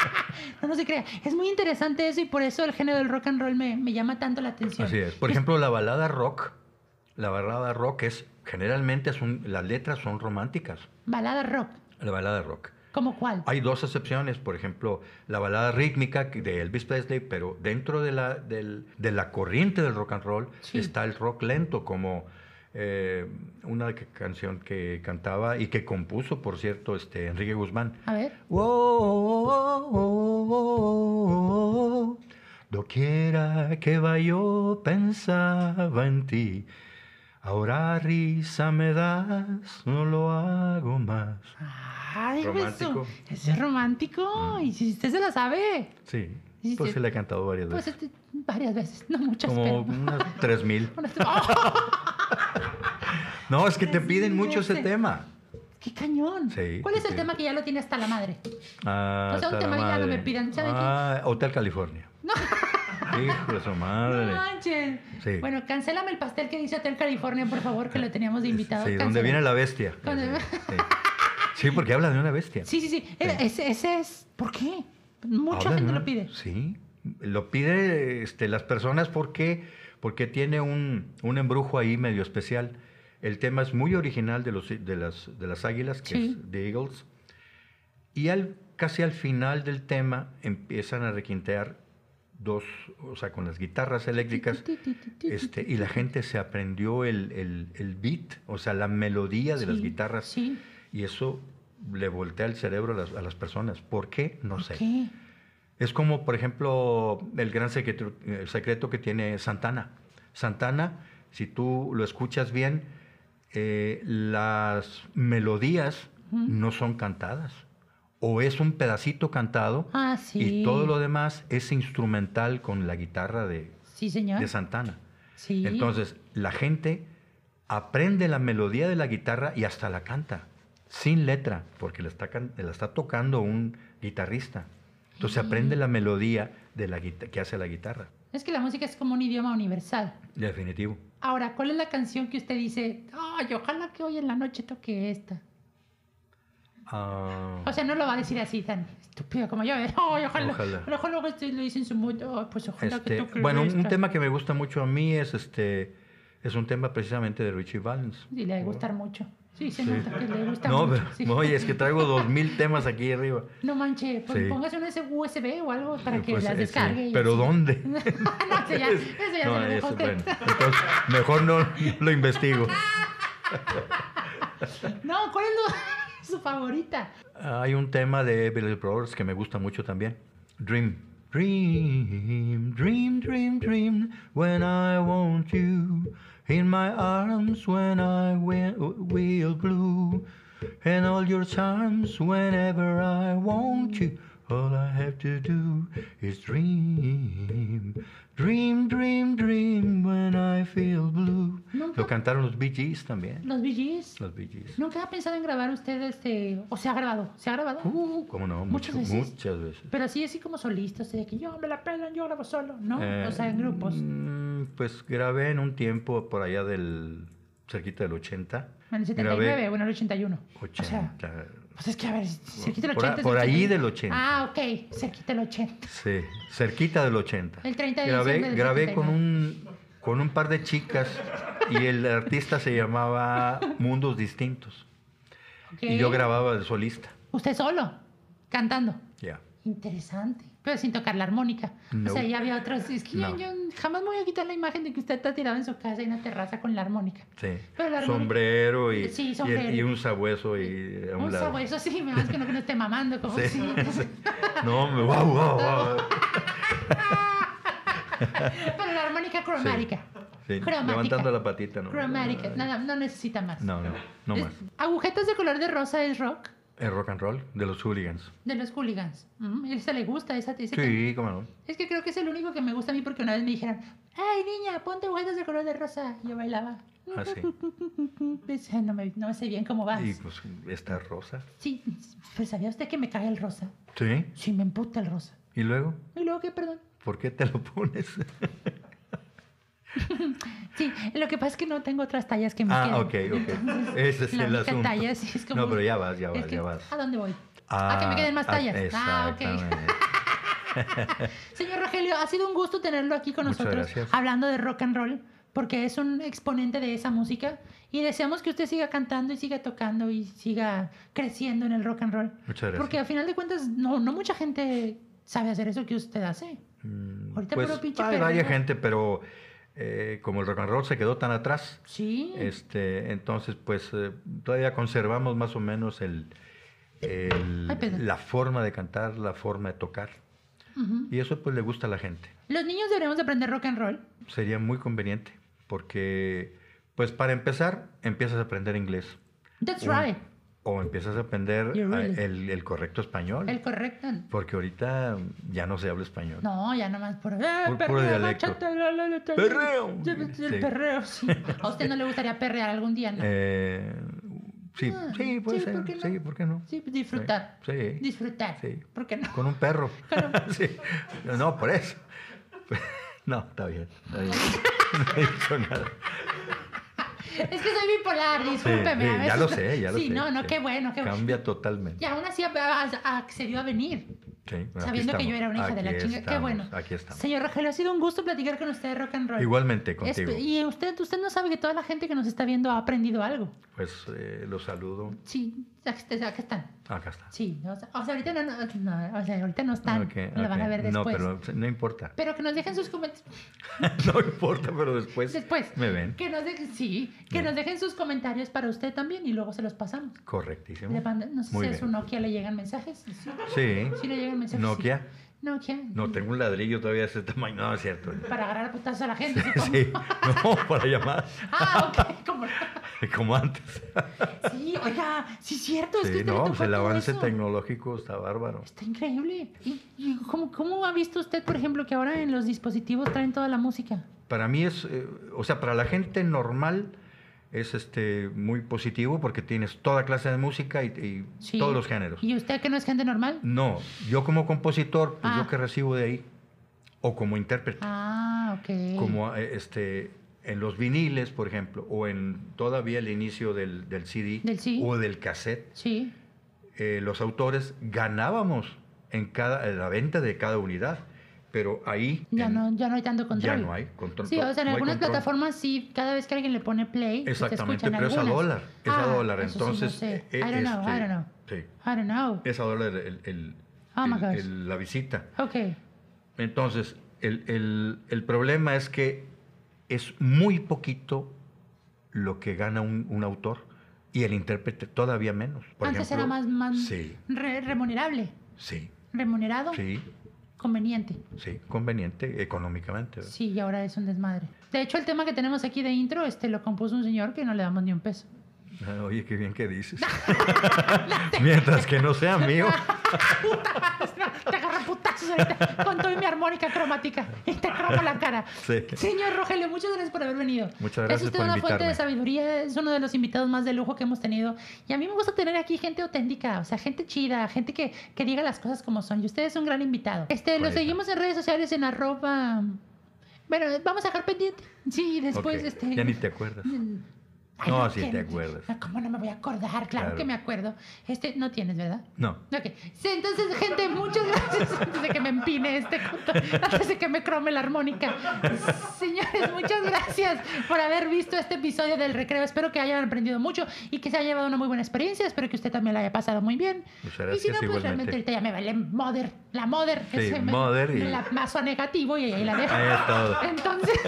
Speaker 1: no, no se crea. Es muy interesante eso y por eso el género del rock and roll me, me llama tanto la atención.
Speaker 2: Así es. Por ejemplo, la balada rock. La balada rock es, generalmente es un- las letras son románticas.
Speaker 1: Balada rock.
Speaker 2: La balada rock.
Speaker 1: ¿Cómo cuál?
Speaker 2: Hay dos excepciones, por ejemplo, la balada rítmica que- de Elvis Presley, pero dentro de la, del- de la corriente del rock and roll
Speaker 1: Sí.
Speaker 2: está el rock lento, como eh, una que- canción que cantaba y que compuso, por cierto, este, Enrique Guzmán.
Speaker 1: A ver.
Speaker 2: Wow, wow, wow, wow, wow, wow. Doquiera que va yo pensaba en ti. Ahora risa me das, no lo hago más.
Speaker 1: Ay,
Speaker 2: Romántico. Mm.
Speaker 1: eso. Eso es romántico. Y si usted se la sabe,
Speaker 2: Sí,
Speaker 1: Sí,
Speaker 2: pues
Speaker 1: sí.
Speaker 2: se le he cantado varias
Speaker 1: pues
Speaker 2: veces.
Speaker 1: este, varias veces, no muchas, [LAUGHS]
Speaker 2: Como
Speaker 1: pero.
Speaker 2: unas 3000.
Speaker 1: Unas tres- ¡Oh!
Speaker 2: No, es que te piden
Speaker 1: 3,000
Speaker 2: mucho ese
Speaker 1: veces.
Speaker 2: tema.
Speaker 1: ¡Qué cañón!
Speaker 2: Sí,
Speaker 1: ¿Cuál es
Speaker 2: sí,
Speaker 1: el
Speaker 2: sí.
Speaker 1: tema que ya lo tiene hasta la madre?
Speaker 2: Ah,
Speaker 1: O sea, Pues un
Speaker 2: hasta la
Speaker 1: tema ya no
Speaker 2: madre.
Speaker 1: me pidan, ¿sabe qué?
Speaker 2: Ah, Hotel California. [LAUGHS] Hijo de su
Speaker 1: No
Speaker 2: madre.
Speaker 1: manches.
Speaker 2: Sí.
Speaker 1: Bueno, cancélame el pastel que dice Hotel California, por favor, que lo teníamos de invitado.
Speaker 2: Sí,
Speaker 1: Cancélame.
Speaker 2: donde viene la bestia.
Speaker 1: Cuando- [LAUGHS]
Speaker 2: Sí, sí. Sí, porque habla de una bestia.
Speaker 1: Sí, sí, sí. Era- Ese, ese es. ¿Por qué? Mucha
Speaker 2: Habla de
Speaker 1: gente
Speaker 2: una-
Speaker 1: lo pide.
Speaker 2: Sí, lo pide este, las personas porque, porque tiene un, un embrujo ahí medio especial. El tema es muy original de, los, de, las, de las águilas, que
Speaker 1: Sí.
Speaker 2: es The Eagles. Y al, casi al final del tema empiezan a requintear dos, o sea, con las guitarras eléctricas.
Speaker 1: Ti, ti, ti, ti, ti,
Speaker 2: Este, y la gente se aprendió el, el- el beat, o sea, la melodía de las
Speaker 1: Sí,
Speaker 2: guitarras.
Speaker 1: Sí.
Speaker 2: Y eso le voltea el cerebro a las, a las personas. ¿Por qué? No sé.
Speaker 1: ¿Qué?
Speaker 2: Es como, por ejemplo, el gran secreto, el secreto que tiene Santana. Santana, si tú lo escuchas bien, eh, las melodías
Speaker 1: Ujú.
Speaker 2: no son cantadas. O es un pedacito cantado
Speaker 1: Ah, sí.
Speaker 2: y todo lo demás es instrumental con la guitarra de,
Speaker 1: Sí, señor.
Speaker 2: de Santana.
Speaker 1: Sí.
Speaker 2: Entonces, la gente aprende la melodía de la guitarra y hasta la canta, sin letra, porque la está, can- la está tocando un guitarrista. Entonces,
Speaker 1: Sí.
Speaker 2: aprende la melodía de la guita- que hace la guitarra,
Speaker 1: Es que la música es como un idioma universal.
Speaker 2: definitivo.
Speaker 1: Ahora, ¿cuál es la canción que usted dice, ay, ojalá que hoy en la noche toque esta?
Speaker 2: Ah,
Speaker 1: O sea, no lo va a decir así tan estúpido como yo. ¿eh? [LAUGHS] Ay, ojalá.
Speaker 2: Ojalá.
Speaker 1: Ojalá. que usted lo dice en su mood. Ay, pues ojalá
Speaker 2: este,
Speaker 1: que toque
Speaker 2: bueno, un, un
Speaker 1: esta.
Speaker 2: tema que me gusta mucho a mí es este es un tema precisamente de Richie Valens.
Speaker 1: Y le debe gustar mucho. Sí, se nota que le gusta
Speaker 2: Oh. No,
Speaker 1: mucho.
Speaker 2: pero-
Speaker 1: sí.
Speaker 2: oye, es que traigo dos mil temas aquí arriba.
Speaker 1: No manches, pues
Speaker 2: Sí.
Speaker 1: póngase una USB o algo para que
Speaker 2: Pues,
Speaker 1: las
Speaker 2: eh, sí,
Speaker 1: descargue. y
Speaker 2: Pero
Speaker 1: así.
Speaker 2: ¿dónde?
Speaker 1: [LAUGHS] no, eso
Speaker 2: [LAUGHS]
Speaker 1: ya, eso ya
Speaker 2: No,
Speaker 1: se lo dejó
Speaker 2: eso,
Speaker 1: usted.
Speaker 2: bueno. Entonces, mejor no, no lo investigo.
Speaker 1: [LAUGHS] No, ¿cuál es lo- [LAUGHS] su favorita?
Speaker 2: Ah, Hay un tema de Billy Brothers que me gusta mucho también. Dream. Dream, dream, dream, dream, when I want you, in my arms when I wi- will blue, and all your charms whenever I want you, all I have to do is dream, dream, dream, dream, when I feel blue.
Speaker 1: Nunca-
Speaker 2: Lo cantaron los Bee Gees también,
Speaker 1: Los VGs.
Speaker 2: los Bee Gees.
Speaker 1: ¿Nunca ha pensado en grabar usted este.? ¿O se ha grabado? ¿Se ha grabado?
Speaker 2: Uh, cómo no,
Speaker 1: Muchas
Speaker 2: mucho-
Speaker 1: veces.
Speaker 2: muchas veces.
Speaker 1: Pero así, así como solista, o sea, que yo me la pelan, yo grabo solo, ¿no?
Speaker 2: Eh,
Speaker 1: o sea, en grupos.
Speaker 2: mm, Pues grabé en un tiempo por allá del cerquita del 80.
Speaker 1: En el
Speaker 2: Grabé
Speaker 1: 79 o en el 81.
Speaker 2: 80.
Speaker 1: O sea, Pues es que, a ver, cerquita del
Speaker 2: Por,
Speaker 1: 80.
Speaker 2: a-
Speaker 1: es
Speaker 2: por
Speaker 1: 80.
Speaker 2: ahí del 80.
Speaker 1: Ah, ok, cerquita del 80.
Speaker 2: Sí, cerquita del 80.
Speaker 1: El 30 de
Speaker 2: grabé,
Speaker 1: diciembre del
Speaker 2: grabé con
Speaker 1: 79.
Speaker 2: un con un par de chicas y el artista se llamaba Mundos Distintos.
Speaker 1: ok.
Speaker 2: Y yo grababa de solista.
Speaker 1: Usted solo, cantando.
Speaker 2: Ya.
Speaker 1: Interesante, pero sin tocar la armónica.
Speaker 2: No.
Speaker 1: O sea, ya había otros. Es que
Speaker 2: No.
Speaker 1: yo jamás me voy a quitar la imagen de que usted está tirado en su casa en una terraza con la armónica.
Speaker 2: Sí.
Speaker 1: Pero la armónica-
Speaker 2: Sombrero y,
Speaker 1: Sí,
Speaker 2: y-
Speaker 1: sombrero.
Speaker 2: y un sabueso y a un,
Speaker 1: Un
Speaker 2: lado.
Speaker 1: sabueso, sí, me más que no que no esté mamando. Como
Speaker 2: Sí,
Speaker 1: si-
Speaker 2: [LAUGHS] sí. No, me wow, wow, wow.
Speaker 1: Pero la armónica cromática.
Speaker 2: Sí,
Speaker 1: Cromática.
Speaker 2: levantando la patita, ¿no?
Speaker 1: Cromática, nada, no necesita más.
Speaker 2: No, no, no
Speaker 1: Es-
Speaker 2: más.
Speaker 1: Agujetas de color de rosa es rock
Speaker 2: El rock and roll de los hooligans.
Speaker 1: de los hooligans. Mm, esa le gusta, esa te dice que-
Speaker 2: Sí, cómo no.
Speaker 1: Es que creo que es el único que me gusta a mí porque una vez me dijeron, ay niña, ponte agujetas de color de rosa. Y yo bailaba.
Speaker 2: Así.
Speaker 1: [LAUGHS] Pues, no, me, no sé bien cómo vas.
Speaker 2: Ah, Y pues está rosa.
Speaker 1: Sí, pues sabía usted que me caga el rosa.
Speaker 2: Sí.
Speaker 1: Sí, me emputa el rosa.
Speaker 2: ¿Y luego?
Speaker 1: Y luego que, perdón.
Speaker 2: ¿Por qué te lo [LAUGHS] pones?
Speaker 1: Sí, lo que pasa es que no tengo otras tallas que me
Speaker 2: ah,
Speaker 1: queden.
Speaker 2: ok,
Speaker 1: [LAUGHS]
Speaker 2: ok. Ese es
Speaker 1: La
Speaker 2: el
Speaker 1: única
Speaker 2: asunto.
Speaker 1: talla sí es como-
Speaker 2: No, pero ya vas, [LAUGHS] ya
Speaker 1: Es
Speaker 2: vas,
Speaker 1: que,
Speaker 2: ya vas.
Speaker 1: ¿A dónde voy? a que me queden más
Speaker 2: ah,
Speaker 1: tallas. Ah, ok.
Speaker 2: exactamente.
Speaker 1: Señor Rogelio, ha sido un gusto tenerlo aquí con
Speaker 2: Muchas
Speaker 1: nosotros
Speaker 2: gracias.
Speaker 1: hablando de rock and roll, porque es un exponente de esa música y deseamos que usted siga cantando y siga tocando y siga creciendo en el rock and roll.
Speaker 2: Muchas gracias.
Speaker 1: Porque al final de cuentas, no, no mucha gente sabe hacer eso que usted hace.
Speaker 2: Mm,
Speaker 1: Ahorita
Speaker 2: pues
Speaker 1: puro pinche
Speaker 2: hay varias
Speaker 1: perreo.
Speaker 2: gente, pero eh, como el rock and roll se quedó tan atrás,
Speaker 1: Sí.
Speaker 2: Este, entonces, pues eh, todavía conservamos más o menos el, el-
Speaker 1: Ay, Pedro.
Speaker 2: la forma de cantar, la forma de tocar.
Speaker 1: Ujú.
Speaker 2: Y eso pues le gusta a la gente.
Speaker 1: Los niños deberíamos de aprender rock and roll.
Speaker 2: Sería muy conveniente, porque pues para empezar, empiezas a aprender inglés.
Speaker 1: That's
Speaker 2: O-
Speaker 1: right.
Speaker 2: O empiezas a aprender
Speaker 1: You really-
Speaker 2: eh, el, el correcto español.
Speaker 1: El correcto.
Speaker 2: Porque ahorita ya no se habla español.
Speaker 1: No, ya nomás por. eh,
Speaker 2: Puro- puro
Speaker 1: perreo,
Speaker 2: dialecto.
Speaker 1: bachata, la, la, la, la.
Speaker 2: Perreo.
Speaker 1: El
Speaker 2: Sí.
Speaker 1: perreo, sí. A usted no le gustaría perrear algún día, ¿no?
Speaker 2: Eh, sí,
Speaker 1: Ah,
Speaker 2: sí, puede
Speaker 1: sí,
Speaker 2: ser.
Speaker 1: ¿por qué no?
Speaker 2: Sí, ¿por qué no?
Speaker 1: Sí, disfrutar.
Speaker 2: Sí.
Speaker 1: Disfrutar.
Speaker 2: Sí.
Speaker 1: ¿Por qué no? [LAUGHS]
Speaker 2: Con un perro. [LAUGHS] Sí. No, por eso. [LAUGHS] No, está bien. está bien. [LAUGHS] No he dicho nada.
Speaker 1: Es que soy bipolar, discúlpeme.
Speaker 2: Sí,
Speaker 1: a
Speaker 2: sí,
Speaker 1: veces
Speaker 2: ya lo
Speaker 1: no-
Speaker 2: sé, ya lo
Speaker 1: sí,
Speaker 2: sé.
Speaker 1: no, no,
Speaker 2: sí.
Speaker 1: qué bueno, qué bueno.
Speaker 2: Cambia totalmente.
Speaker 1: Y aún así a- a- accedió a venir,
Speaker 2: Sí, bueno, aquí
Speaker 1: sabiendo que
Speaker 2: estamos.
Speaker 1: yo era una hija de la
Speaker 2: Aquí
Speaker 1: chinga. qué
Speaker 2: estamos,
Speaker 1: bueno.
Speaker 2: Aquí Pues estamos.
Speaker 1: Señor Rogelio, ha sido un gusto platicar con usted de rock and roll.
Speaker 2: Igualmente
Speaker 1: Es-
Speaker 2: contigo.
Speaker 1: y usted, usted no sabe que toda la gente que nos está viendo ha aprendido algo.
Speaker 2: Pues eh, los saludo.
Speaker 1: Sí, aquí está- aquí están.
Speaker 2: Acá está.
Speaker 1: Sí, o sea, o sea, ahorita no, no, no, o sea, ahorita no están.
Speaker 2: Ok,
Speaker 1: lo van a
Speaker 2: ok.
Speaker 1: ver
Speaker 2: No,
Speaker 1: después.
Speaker 2: pero no importa.
Speaker 1: Pero que nos dejen sus comentarios.
Speaker 2: [LAUGHS] no importa, pero después,
Speaker 1: Después.
Speaker 2: me ven.
Speaker 1: Que nos dejen, sí, que nos dejen sus comentarios para usted también y luego se los pasamos.
Speaker 2: Correctísimo.
Speaker 1: Le manda- no sé
Speaker 2: Muy
Speaker 1: si a su
Speaker 2: bien.
Speaker 1: Nokia le llegan mensajes. Sí,
Speaker 2: Sí.
Speaker 1: sí le llegan mensajes.
Speaker 2: Nokia.
Speaker 1: sí. Nokia.
Speaker 2: No, tengo un ladrillo todavía de ese tamaño. No, es cierto.
Speaker 1: Para agarrar a putazos a la gente. supongo.
Speaker 2: Sí. No, [LAUGHS] para llamar.
Speaker 1: Ah, ok. como-
Speaker 2: Como antes.
Speaker 1: Sí, oiga, sí es cierto. es que
Speaker 2: Sí,
Speaker 1: usted le
Speaker 2: no,
Speaker 1: tocó
Speaker 2: pues el
Speaker 1: todo
Speaker 2: avance
Speaker 1: eso.
Speaker 2: tecnológico está bárbaro.
Speaker 1: Está increíble. ¿Y, y cómo, cómo ha visto usted, por ejemplo, que ahora en los dispositivos traen toda la música?
Speaker 2: Para mí es, eh, o sea, para la gente normal es este muy positivo porque tienes toda clase de música y, y
Speaker 1: Sí.
Speaker 2: todos los géneros.
Speaker 1: ¿Y usted que no es gente normal?
Speaker 2: No, yo como compositor, pues
Speaker 1: Ah.
Speaker 2: yo que recibo de ahí, o como intérprete,
Speaker 1: Ah, ok.
Speaker 2: como eh, este en los viniles, por ejemplo, o en todavía el inicio del, del CD
Speaker 1: Del CD.
Speaker 2: o del cassette,
Speaker 1: Sí.
Speaker 2: eh, los autores ganábamos en cada en la venta de cada unidad, pero ahí
Speaker 1: Ya
Speaker 2: en-
Speaker 1: no, ya no hay tanto control.
Speaker 2: Ya no hay control.
Speaker 1: Sí, o sea, en
Speaker 2: No hay
Speaker 1: algunas
Speaker 2: control.
Speaker 1: plataformas sí, cada vez que alguien le pone play, sí te
Speaker 2: Exactamente,
Speaker 1: escuchan
Speaker 2: pero es a
Speaker 1: algunas.
Speaker 2: dólar. Es a
Speaker 1: Ah,
Speaker 2: dólar.
Speaker 1: eso sí,
Speaker 2: Entonces,
Speaker 1: no sé.
Speaker 2: eh,
Speaker 1: I don't know,
Speaker 2: este,
Speaker 1: I don't know.
Speaker 2: sí,
Speaker 1: I don't know.
Speaker 2: es a dólar el- el-
Speaker 1: Oh my
Speaker 2: el-
Speaker 1: gosh.
Speaker 2: el- la visita.
Speaker 1: Ok.
Speaker 2: Entonces, el, el- el problema es que es muy poquito lo que gana un, un autor y el intérprete todavía menos. Por
Speaker 1: Antes
Speaker 2: ejemplo,
Speaker 1: era más, más
Speaker 2: Sí,
Speaker 1: re- remunerable,
Speaker 2: sí,
Speaker 1: remunerado,
Speaker 2: sí,
Speaker 1: conveniente.
Speaker 2: sí, conveniente económicamente. ¿verdad?
Speaker 1: Sí, y ahora es un desmadre. De hecho, el tema que tenemos aquí de intro este lo compuso un señor que no le damos ni un peso.
Speaker 2: Ah, Oye, qué bien que
Speaker 1: [LAUGHS]
Speaker 2: dices. [LAUGHS] Mientras que no sea mío.
Speaker 1: Te agarro a putazos ahorita con todo y mi armónica cromática y te cromo la cara.
Speaker 2: Sí.
Speaker 1: Señor Rogelio, muchas gracias por haber venido.
Speaker 2: Muchas gracias
Speaker 1: Es usted
Speaker 2: por
Speaker 1: una fuente
Speaker 2: invitarme.
Speaker 1: de sabiduría, es uno de los invitados más de lujo que hemos tenido. Y a mí me gusta tener aquí gente auténtica, o sea, gente chida, gente que, que diga las cosas como son. Y usted es un gran invitado. Este, lo
Speaker 2: Correcto.
Speaker 1: seguimos en redes sociales en arroba. Bueno, vamos a dejar pendiente. Sí, y después
Speaker 2: Ok,
Speaker 1: este.
Speaker 2: Ya ni te acuerdas.
Speaker 1: Ay,
Speaker 2: No,
Speaker 1: no,
Speaker 2: si
Speaker 1: ¿quién?
Speaker 2: te acuerdas.
Speaker 1: ¿Cómo no me voy a acordar? Claro,
Speaker 2: Claro.
Speaker 1: que me acuerdo. Este no tienes, ¿verdad?
Speaker 2: No.
Speaker 1: Ok. Sí, entonces, gente, muchas gracias [LAUGHS] antes de que me empine este coto, antes de que me crome la armónica. Señores, muchas gracias por haber visto este episodio del recreo. Espero que hayan aprendido mucho y que se haya llevado una muy buena experiencia. Espero que usted también la haya pasado muy bien.
Speaker 2: Muchas
Speaker 1: y si
Speaker 2: gracias,
Speaker 1: no, pues
Speaker 2: igualmente.
Speaker 1: realmente ahorita ya me vale mother, la mother.
Speaker 2: Sí,
Speaker 1: ese me-
Speaker 2: mother y-
Speaker 1: me La mazo a negativo y ahí la dejo.
Speaker 2: Ahí es
Speaker 1: [LAUGHS]
Speaker 2: todo.
Speaker 1: Entonces,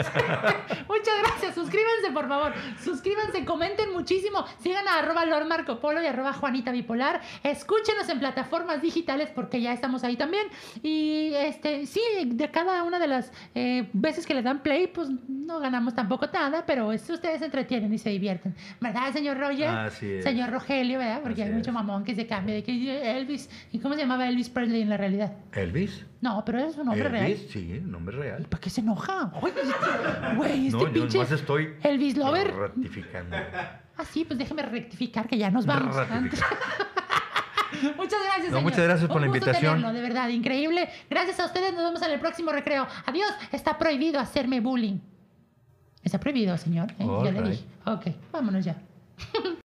Speaker 1: muchas gracias. Suscríbanse, por favor. Suscríbanse, comenten muchísimo. Sigan a arroba Lord Marco Polo y arroba Juanita Bipolar. Escúchenos en plataformas digitales porque ya estamos ahí también. Y este, sí, de cada una de las eh, veces que le dan play, pues no ganamos tampoco nada, pero es- ustedes se entretienen y se divierten. ¿Verdad, señor Roger?
Speaker 2: Así es.
Speaker 1: Señor Rogelio, ¿verdad? Porque
Speaker 2: Así
Speaker 1: hay mucho
Speaker 2: es.
Speaker 1: mamón que se cambia de que Elvis. ¿Y cómo se llamaba Elvis Presley en la realidad?
Speaker 2: Elvis.
Speaker 1: No, pero es un hombre real.
Speaker 2: Elvis, sí, nombre real.
Speaker 1: ¿Para qué se enoja? Oye, este- Güey, este
Speaker 2: no, yo
Speaker 1: pinche.
Speaker 2: nomás estoy
Speaker 1: Elvis Lover.
Speaker 2: ratificando.
Speaker 1: Ah, sí, pues déjeme rectificar que ya nos vamos.
Speaker 2: Ratificando.
Speaker 1: Muchas gracias,
Speaker 2: No,
Speaker 1: señor.
Speaker 2: muchas gracias por
Speaker 1: Un
Speaker 2: la
Speaker 1: gusto
Speaker 2: invitación.
Speaker 1: tenerlo, de verdad, increíble. Gracias a ustedes, nos vemos en el próximo recreo. Adiós, está prohibido hacerme bullying. Está prohibido, señor. ¿eh? Ya le
Speaker 2: Alright.
Speaker 1: dije. Ok, vámonos ya.